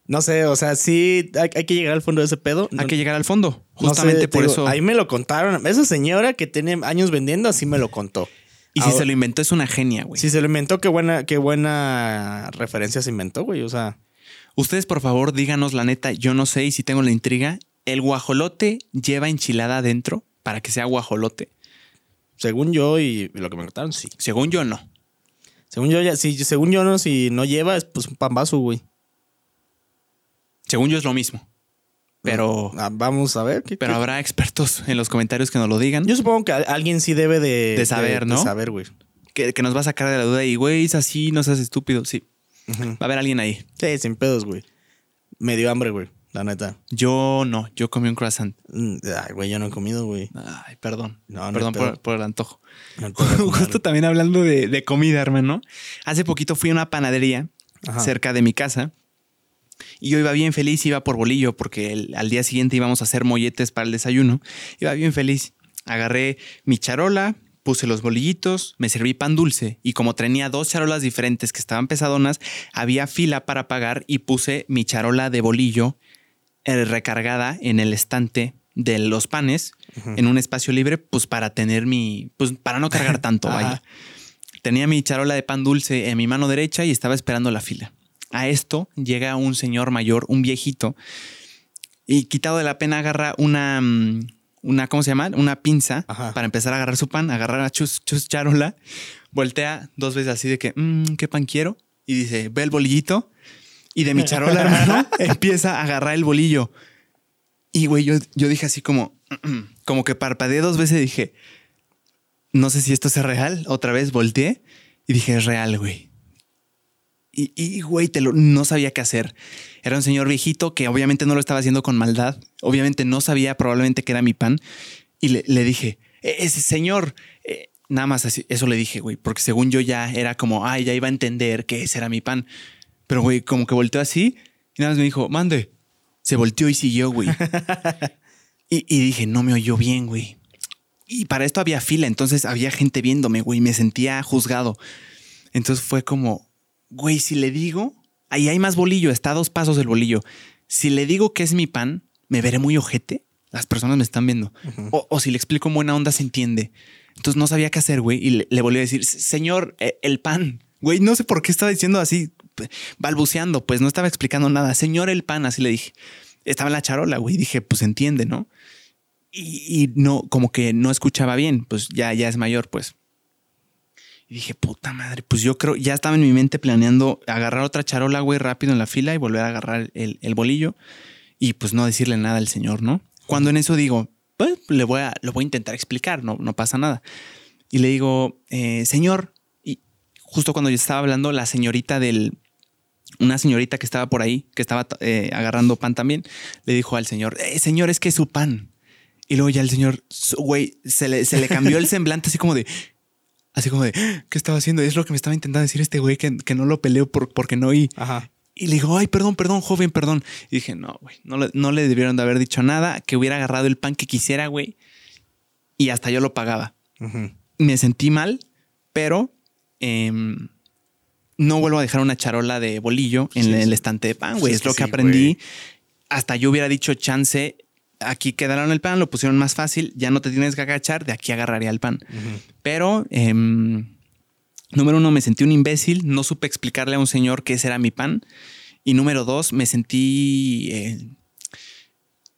B: No sé, o sea, sí hay, hay que llegar al fondo de ese pedo. No-
A: Hay que llegar al fondo.
B: no sé,
A: Justamente
B: te
A: por
B: digo,
A: eso.
B: Ahí me lo contaron. Esa señora que tiene años vendiendo, así me lo contó.
A: Y si
B: Ahora-
A: se lo inventó, es una genia, güey.
B: Si se lo inventó, qué buena, qué buena referencia se inventó, güey. O sea,
A: Ustedes, por favor, díganos la neta. Yo no sé y si tengo la intriga. ¿El guajolote lleva enchilada adentro para que sea guajolote?
B: según yo y lo que me contaron, sí.
A: Según yo, no.
B: Según yo, ya, si, según yo, no, si no lleva, es pues un pambazo, güey.
A: Según yo, es lo mismo. Pero,
B: Ah, vamos a ver. ¿qué-
A: pero
B: qué-
A: habrá expertos en los comentarios que nos lo digan.
B: Yo supongo que al- alguien sí debe de,
A: De saber,
B: de
A: ¿no?
B: saber, güey.
A: Que, que nos va a sacar de la duda y, güey, es así, no seas estúpido. Sí,
B: Ujú.
A: va a haber alguien ahí.
B: Sí, sin pedos, güey. Me dio hambre, güey. La neta.
A: Yo no, yo comí un croissant.
B: Mm, Ay, güey, yo no he comido, güey.
A: Ay, perdón.
B: No, no hay
A: perdón
B: pedo.
A: por, por el antojo.
B: No te voy a comer,
A: Justo también hablando de, de comida, hermano. Hace poquito fui a una panadería
B: Ajá.
A: cerca de mi casa y yo iba bien feliz, iba por bolillo porque el- al día siguiente íbamos a hacer molletes para el desayuno. Iba bien feliz. Agarré mi charola, puse los bolillitos, me serví pan dulce y como tenía dos charolas diferentes que estaban pesadonas, había fila para pagar y puse mi charola de bolillo eh, recargada en el estante de los panes
B: Ujú.
A: en un espacio libre, pues para tener mi, pues para no cargar tanto, vaya.
B: Ajá.
A: Tenía mi charola de pan dulce en mi mano derecha y estaba esperando la fila. A esto llega un señor mayor, un viejito, y quitado de la pena agarra una, mm, una ¿cómo se llama? Una pinza
B: Ajá.
A: para empezar a agarrar su pan, agarrar a chus, chus charola, voltea dos veces así de que, "Mm, ¿qué pan quiero? Y dice, ve el bolillito. Y de mi charola, hermano, empieza a agarrar el bolillo. Y, güey, yo, yo dije así como, como que parpadeé dos veces y dije, no sé si esto sea real. Otra vez volteé y dije, es real, güey. Y, y, güey, te lo, no sabía qué hacer. Era un señor viejito que obviamente no lo estaba haciendo con maldad. Obviamente no sabía probablemente que era mi pan. Y le, le dije, "E- ese señor, eh, nada más así, eso le dije, güey, porque según yo ya era como, ay, ya iba a entender que ese era mi pan. Pero, güey, como que volteó así y nada más me dijo, mande. Se volteó y siguió, güey. y, y dije, no me oyó bien, güey. Y para esto había fila, entonces había gente viéndome, güey. Me sentía juzgado. Entonces fue como, güey, si le digo, ahí hay más bolillo, está a dos pasos el bolillo. Si le digo que es mi pan, me veré muy ojete. Las personas me están viendo. o, o si le explico en buena onda, se entiende. Entonces no sabía qué hacer, güey. Y le, le volví a decir, señor, eh, el pan. Güey, no sé por qué estaba diciendo así, p- balbuceando, pues no estaba explicando nada. Señor, el pan, así le dije. Estaba en la charola, güey. Dije, pues entiende, ¿no? Y, y no, como que no escuchaba bien, pues ya, ya es mayor, pues. Y dije, puta madre, pues yo creo, ya estaba en mi mente planeando agarrar otra charola, güey, rápido en la fila y volver a agarrar el, el bolillo y pues no decirle nada al señor, ¿no? Cuando en eso digo, pues le voy a, lo voy a intentar explicar, no, no pasa nada. Y le digo, eh, señor, y justo cuando yo estaba hablando, la señorita del, una señorita que estaba por ahí, que estaba eh, agarrando pan también, le dijo al señor, "Eh, señor, es que es su pan. Y luego ya el señor, su- güey, se le, se le cambió el semblante así como de, así como de, ¿qué estaba haciendo? Es lo que me estaba intentando decir este güey que, que no lo peleo por, porque no oí.
B: Ajá.
A: Y le digo, ay, perdón, perdón, joven, perdón. Y dije, no, güey, no, le- no le debieron de haber dicho nada, que hubiera agarrado el pan que quisiera, güey. Y hasta yo lo pagaba.
B: Ujú.
A: Me sentí mal, pero em, no vuelvo a dejar una charola de bolillo en
B: Sí,
A: el
B: sí.
A: estante de pan, güey.
B: Sí,
A: es lo
B: sí,
A: que
B: sí,
A: aprendí.
B: güey.
A: Hasta yo hubiera dicho, chance, aquí quedaron el pan, lo pusieron más fácil, ya no te tienes que agachar, de aquí agarraría el pan.
B: Ujú.
A: Pero, em, número uno, me sentí un imbécil, no supe explicarle a un señor qué ese era mi pan. Y número dos, me sentí... eh,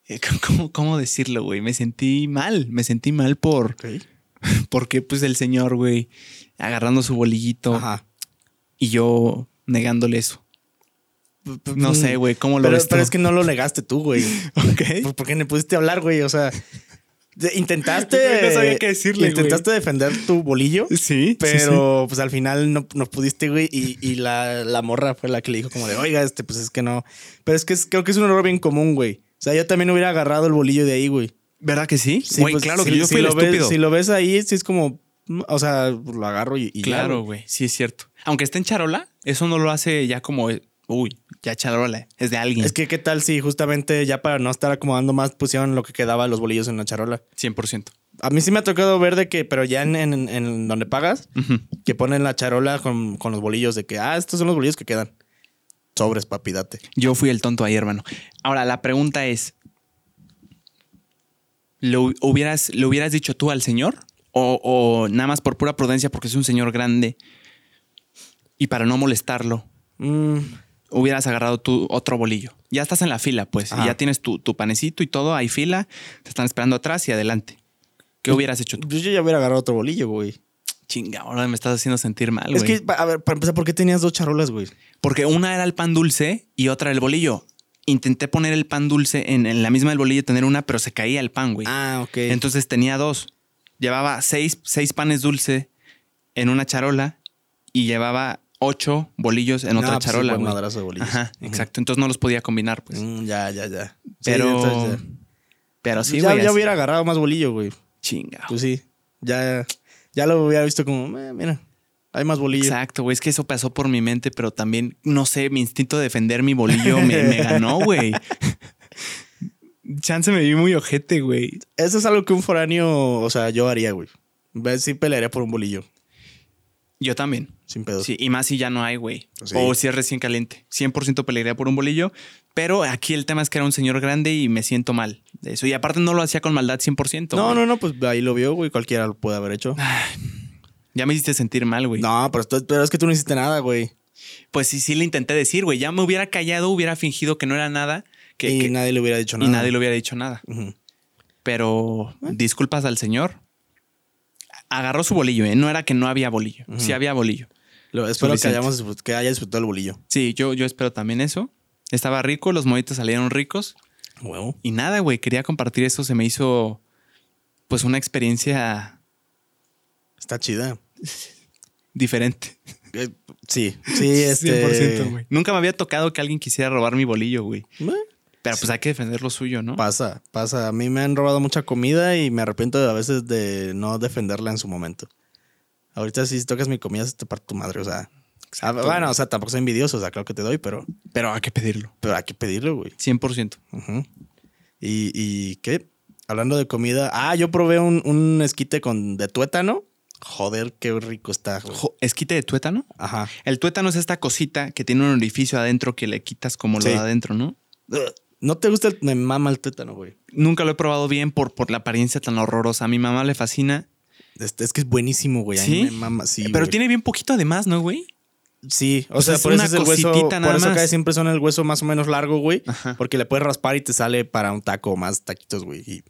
A: eh, ¿Cómo, cómo decirlo, güey? Me sentí mal, me sentí mal por... Porque pues el señor, güey, agarrando su bolillito
B: Ajá.
A: y yo negándole eso. No
B: Mm.
A: sé, güey, ¿cómo lo
B: Pero,
A: ves tú?
B: pero es que no lo negaste tú, güey.
A: Ok.
B: ¿Por, por qué me pusiste a hablar, güey? O sea, de- intentaste.
A: No sabía qué decirle, güey.
B: Intentaste defender tu bolillo.
A: Sí,
B: Pero
A: sí, sí.
B: pues al final no, no pudiste, güey. Y, y la, la morra fue la que le dijo como de, oiga, este, pues es que no. Pero es que es- creo que es un error bien común, güey. O sea, yo también hubiera agarrado el bolillo de ahí, güey.
A: ¿Verdad que sí? Güey,
B: pues,
A: claro
B: si-
A: que yo
B: si
A: fui el
B: lo ves-
A: estúpido.
B: si lo ves ahí, sí es como, mm, o sea, lo agarro y, y ya,
A: Claro,
B: güey.
A: güey. Sí, es cierto. Aunque esté en charola, eso no lo hace ya como, eh, uy, ya charola, es de alguien.
B: Es que qué tal si justamente ya para no estar acomodando más pusieron lo que quedaba de los bolillos en la charola.
A: 100%.
B: A mí sí me ha tocado ver de que, pero ya en, en- en donde pagas,
A: Ujú.
B: que ponen la charola con, con los bolillos de que, ah, estos son los bolillos que quedan. Sobres, papi, date.
A: Yo fui el tonto ahí, hermano. Ahora, la pregunta es, ¿lo hubieras, ¿lo hubieras dicho tú al señor? O, o nada más por pura prudencia porque es un señor grande y para no molestarlo,
B: Mm,
A: hubieras agarrado tú otro bolillo? Ya estás en la fila, pues, y
B: Ajá.
A: ya tienes tu, tu panecito y todo, hay fila, te están esperando atrás y adelante. ¿Qué hubieras hecho tú?
B: Pues yo yo ya hubiera agarrado otro bolillo, güey.
A: Chinga, ahora me estás haciendo sentir mal, güey.
B: Es que, pa- a ver, para empezar, ¿por qué tenías dos charolas, güey?
A: Porque una era el pan dulce y otra el bolillo. Intenté poner el pan dulce en, en la misma del bolillo, tener una, pero se caía el pan, güey.
B: Ah, ok.
A: Entonces tenía dos. Llevaba seis, seis panes dulce en una charola y llevaba ocho bolillos en otra
B: Nah, pues,
A: charola,
B: buen
A: güey.
B: madrazo de bolillos.
A: Ajá,
B: Ujú.
A: exacto. Entonces no los podía combinar, pues.
B: Mm, ya, ya, ya. Sí,
A: Pero,
B: entonces, ya. Pues
A: pero sí,
B: ya,
A: güey.
B: ya
A: así-
B: hubiera agarrado más bolillo, güey.
A: Chinga.
B: Pues sí. Ya, ya lo hubiera visto como, "Eh, mira, hay más bolillo.
A: Exacto, güey. Es que eso pasó por mi mente, pero también, no sé, mi instinto de defender mi bolillo me, me ganó, güey. Chance me vi muy ojete, güey.
B: Eso es algo que un foráneo, o sea, yo haría, güey. Ver si pelearía por un bolillo,
A: Yo también.
B: sin pedo.
A: Sí, y más si ya no hay, güey.
B: Sí.
A: O si es recién caliente. 100% pelearía por un bolillo. Pero aquí el tema es que era un señor grande y me siento mal de eso. Y aparte no lo hacía con maldad 100%.
B: No,
A: güey.
B: no, no, pues ahí lo vio, güey. Cualquiera lo puede haber hecho.
A: Ya me hiciste sentir mal, güey.
B: No, pero, esto- pero es que tú no hiciste nada, güey.
A: Pues sí, sí le intenté decir, güey. Ya me hubiera callado, hubiera fingido que no era nada. Que,
B: Y
A: que-
B: nadie le hubiera dicho
A: y
B: nada.
A: nadie le hubiera dicho nada.
B: Ujú.
A: Pero disculpas al señor. Agarró su bolillo, ¿eh? No era que no había bolillo.
B: Ujú.
A: Sí había bolillo.
B: Lo- Espero que,
A: Suficiente.
B: hayamos, disfrut- que haya disfrutado el bolillo.
A: Sí, yo, yo espero también eso. Estaba rico, los mojitos salieron ricos.
B: Huevo.
A: Y nada, güey, quería compartir eso. Se me hizo, pues, una experiencia
B: Está chida.
A: diferente.
B: Eh, Sí, sí, este.
A: 100%, güey. Nunca me había tocado que alguien quisiera robar mi bolillo, güey.
B: Eh,
A: Pero pues hay que defender lo suyo, ¿no?
B: Pasa, pasa. A mí me han robado mucha comida y me arrepiento de, a veces de no defenderla en su momento. Ahorita si tocas mi comida, se te parte tu madre, o sea.
A: Exacto.
B: Ah, Bueno, o sea, tampoco soy envidioso, o sea, claro que te doy, pero,
A: Pero hay que pedirlo.
B: pero hay que pedirlo, güey.
A: 100%.
B: Ujú. ¿Y, ¿Y qué? Hablando de comida. Ah, yo probé un, un esquite con de tuétano. Joder, qué rico está. güey.
A: Jo- ¿Esquite de tuétano?
B: Ajá.
A: El tuétano es esta cosita que tiene un orificio adentro que le quitas como
B: Sí.
A: lo de adentro, ¿no?
B: Ugh. ¿No te gusta? el- me mama el tuétano, güey.
A: Nunca lo he probado bien por, por la apariencia tan horrorosa. A mi mamá le fascina.
B: Este, es que es buenísimo, güey. A mí
A: ¿Sí?
B: me mama, sí,
A: Pero
B: güey.
A: tiene bien poquito además, ¿no, güey?
B: Sí, o,
A: o sea,
B: sea,
A: es
B: por eso
A: una
B: es el hueso.
A: cositita
B: Por
A: nada
B: eso
A: más.
B: cae siempre son el hueso más o menos largo, güey.
A: Ajá.
B: Porque le puedes raspar y te sale para un taco más taquitos, güey. Y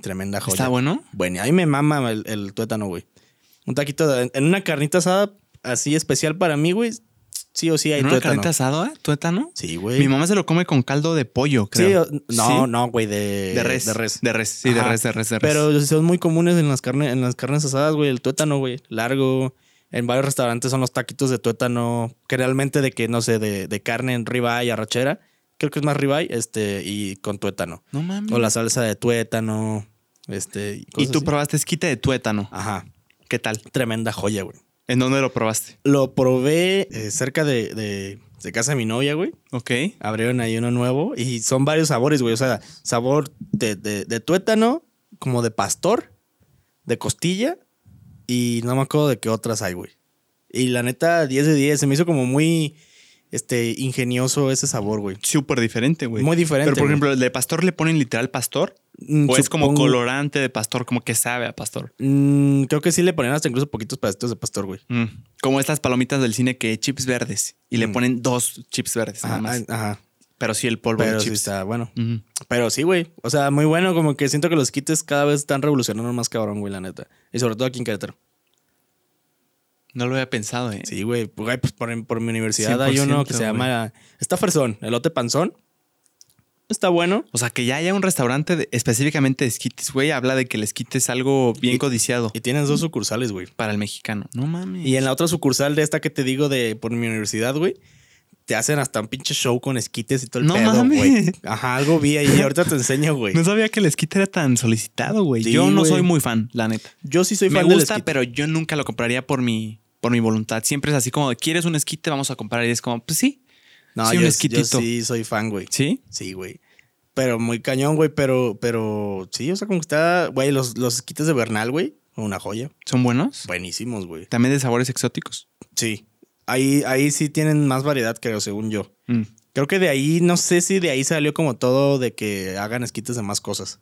B: tremenda joya.
A: Está bueno.
B: Bueno, a mí me mama el, el tuétano, güey. Un taquito de- en una carnita asada así especial para mí, güey. Sí o sí hay
A: ¿En una
B: tuétano.
A: carnita asada? ¿Tuétano?
B: Sí,
A: Mi
B: güey.
A: mamá se lo come con caldo de pollo,
B: Sí,
A: creo.
B: o- no,
A: ¿Sí?
B: no, güey, de,
A: De res.
B: De res.
A: De res, sí, de
B: Ajá.
A: res, de res, de res.
B: Pero son muy comunes en las, carne, en las carnes asadas, güey. El tuétano, güey. Largo. En varios restaurantes son los taquitos de tuétano. Generalmente de que, no sé, de, de carne en ribeye, arrachera. Creo que es más ribeye, este, y con tuétano.
A: No mames.
B: O la salsa de tuétano, este. Y,
A: Y
B: cosas
A: tú
B: así.
A: probaste esquite de tuétano.
B: Ajá.
A: ¿Qué tal?
B: Tremenda joya, güey.
A: ¿En dónde lo probaste?
B: Lo probé eh, cerca de, de, de casa de mi novia, güey.
A: Ok.
B: Abrieron ahí uno nuevo y son varios sabores, güey. O sea, sabor de, de- de tuétano, como de pastor, de costilla y no me acuerdo de qué otras hay, güey. Y la neta, 10 de 10, se me hizo como muy este, ingenioso ese sabor, güey.
A: Súper diferente, güey.
B: Muy diferente.
A: Pero, por
B: güey.
A: ejemplo, ¿el de pastor le ponen literal pastor? ¿O
B: Mm,
A: es como
B: supongo-
A: colorante de pastor, como que sabe a pastor?
B: Mm, creo que sí le ponían hasta incluso poquitos pedacitos de pastor, güey.
A: Mm. Como estas palomitas del cine que chips verdes y le
B: Mm.
A: ponen dos chips verdes nada
B: Ajá,
A: más.
B: ajá.
A: Pero sí el polvo de
B: Pero sí
A: chips.
B: está bueno.
A: Ujú.
B: Pero sí, güey. O sea, muy bueno. Como que siento que los quites cada vez están revolucionando más cabrón, güey, la neta. Y sobre todo aquí en Querétaro.
A: No lo había pensado, ¿eh?
B: Sí, güey. Güey, pues por, por mi universidad hay
A: 100%,
B: uno que se
A: güey.
B: llama. Está Fersón, elote panzón. Está bueno.
A: O sea, que ya haya un restaurante de- específicamente de esquites, güey, habla de que el esquite es algo bien
B: Y-
A: codiciado
B: Y tienes dos sucursales, güey.
A: para el mexicano. No mames.
B: Y en la otra sucursal de esta que te digo de por mi universidad, güey, te hacen hasta un pinche show con esquites y todo el
A: No
B: pedo,
A: mames.
B: güey. Ajá, algo vi ahí. Ahorita te enseño, güey.
A: No sabía que el esquite era tan solicitado, güey.
B: Sí,
A: yo no
B: güey.
A: soy muy fan, la neta.
B: Yo sí soy
A: Me
B: fan
A: gusta,
B: del esquite.
A: pero yo nunca lo compraría por mi, por mi voluntad. Siempre es así como, de, ¿quieres un esquite? Vamos a comprar. Y es como, pues sí,
B: No,
A: sí,
B: yo,
A: un
B: yo
A: esquitito.
B: sí soy fan, güey.
A: sí.
B: Sí, güey. Pero muy cañón, güey. Pero, pero sí, o sea, como que está, güey, los, los esquites de Bernal, güey, una joya.
A: ¿Son buenos?
B: Buenísimos, güey.
A: También de sabores exóticos.
B: Sí. Ahí, ahí sí tienen más variedad, creo, según yo.
A: Mm.
B: Creo que de ahí, no sé si de ahí salió como todo de que hagan esquites de más cosas.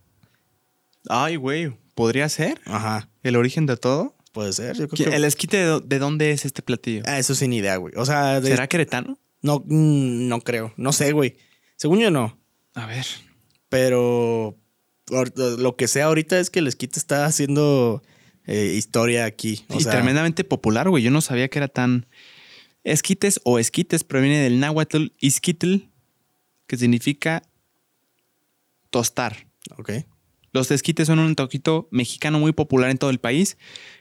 A: Ay, güey, ¿podría ser
B: Ajá.
A: el origen de todo?
B: Puede ser, yo creo que.
A: ¿El esquite de, dó- de dónde es este platillo?
B: Ah, eso sin idea, güey. O sea, de- este-
A: ¿Será queretano?
B: no, mm, no creo. No sé, güey. Según yo no.
A: A ver.
B: Pero ahor- lo que sea ahorita es que el esquite está haciendo eh, historia aquí. O
A: y
B: sea,
A: tremendamente popular, güey. Yo no sabía que era tan. Esquites o esquites proviene del náhuatl isquitl, que significa tostar.
B: Ok.
A: Los esquites son un toquito mexicano muy popular en todo el país,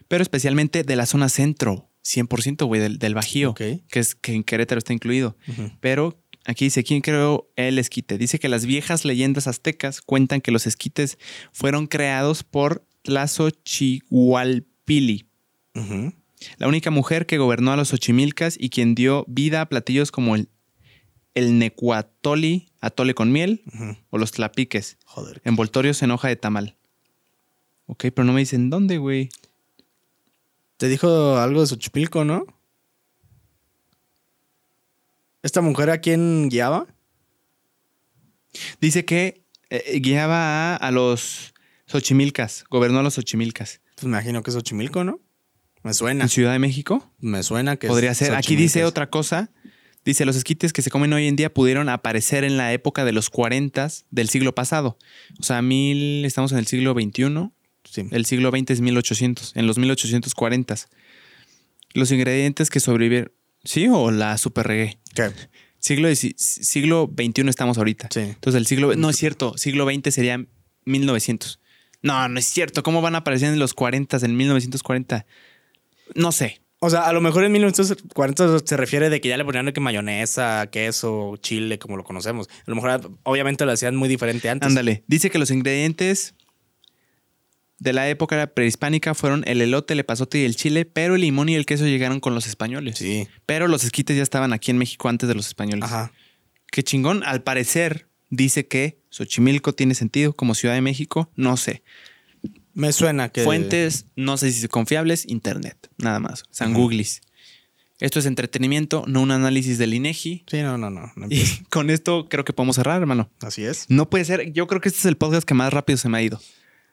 A: pero especialmente de la zona centro, 100%, güey, del, del Bajío,
B: Ok.
A: que es que en Querétaro está incluido.
B: Ujú.
A: Pero aquí dice, ¿quién creó el esquite? Dice que las viejas leyendas aztecas cuentan que los esquites fueron creados por Tlazochihualpili,
B: Ujú.
A: la única mujer que gobernó a los Xochimilcas y quien dio vida a platillos como el, el necuatoli, atole con miel,
B: Ujú.
A: o los tlapiques.
B: Joder.
A: Envoltorios en hoja de tamal. Ok, pero no me dicen dónde, güey.
B: Te dijo algo de Xochipilco, ¿no? ¿Esta mujer a quién guiaba?
A: Dice que eh, guiaba a, a los Xochimilcas, gobernó a los Xochimilcas.
B: Pues me imagino que es Xochimilco, ¿no? Me suena.
A: En Ciudad de México
B: Me suena que es
A: podría ser. Aquí dice
B: Xochimilco.
A: otra cosa. Dice, los esquites que se comen hoy en día pudieron aparecer en la época de los 40 del siglo pasado. O sea, mil, estamos en el siglo XXI.
B: Sí.
A: El siglo XX es 1800, en los 1840. Los ingredientes que sobrevivieron. ¿Sí o la super regué?
B: ¿Qué?
A: Siglo, dieci- siglo XXI estamos ahorita.
B: Sí.
A: Entonces el siglo... No es cierto, siglo XX sería 1900. No, no es cierto. ¿Cómo van a aparecer en los 40, en 1940? No sé.
B: O sea, a lo mejor en 1940 se refiere de que ya le ponían de que mayonesa, queso, chile, como lo conocemos. A lo mejor obviamente lo hacían muy diferente antes.
A: Ándale. Dice que los ingredientes de la época prehispánica fueron el elote, el epazote y el chile, pero el limón y el queso llegaron con los españoles.
B: Sí.
A: Pero los esquites ya estaban aquí en México antes de los españoles.
B: Ajá.
A: Qué chingón. Al parecer dice que Xochimilco tiene sentido como Ciudad de México. No sé.
B: Me suena que...
A: Fuentes, no sé si confiables, internet, nada más. San
B: Ajá.
A: Googlis. Esto es entretenimiento, no un análisis del INEGI.
B: Sí, no, no, no. no empieces.
A: Y con esto creo que podemos cerrar, hermano.
B: Así es.
A: No puede ser. Yo creo que este es el podcast que más rápido se me ha ido.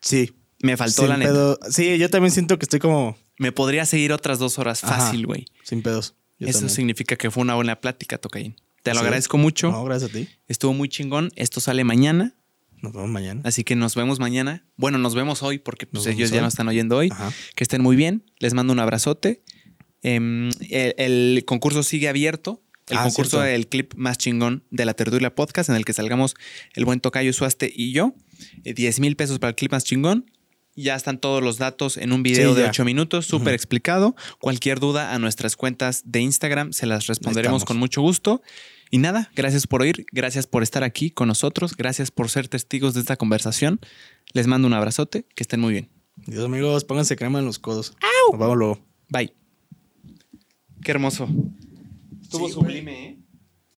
B: Sí.
A: Me faltó
B: Sin
A: la neta.
B: pedo. Sí, yo también siento que estoy como
A: Me podría seguir otras dos horas
B: Ajá.
A: fácil, güey.
B: sin pedos. Yo
A: Eso
B: también.
A: significa que fue una buena plática, Tocayin. Te lo
B: Sí.
A: agradezco mucho.
B: No, gracias a ti.
A: Estuvo muy chingón. Esto sale mañana,
B: Nos vemos mañana.
A: así que nos vemos mañana. Bueno, nos vemos hoy porque pues,
B: Nos vemos
A: ellos ya
B: hoy.
A: no están oyendo hoy.
B: Ajá.
A: Que estén muy bien. Les mando un abrazote. Em, el, el concurso sigue abierto. El
B: Ah,
A: concurso
B: cierto.
A: del clip más chingón de la Tertulia Podcast, en el que salgamos el buen Tocayo Suaste y yo. Eh, 10 mil pesos para el clip más chingón. Ya están todos los datos en un video
B: Sí,
A: de
B: ya.
A: 8 minutos, súper
B: Ujú.
A: explicado. Cualquier duda a nuestras cuentas de Instagram se las responderemos
B: Estamos.
A: con mucho gusto. Y nada, gracias por oír, gracias por estar aquí con nosotros, gracias por ser testigos de esta conversación. Les mando un abrazote, que estén muy bien.
B: Dios amigos, pónganse crema en los codos. Nos vemos luego.
A: Bye. Qué hermoso. Estuvo
B: Sí, güey.
A: sublime, ¿eh?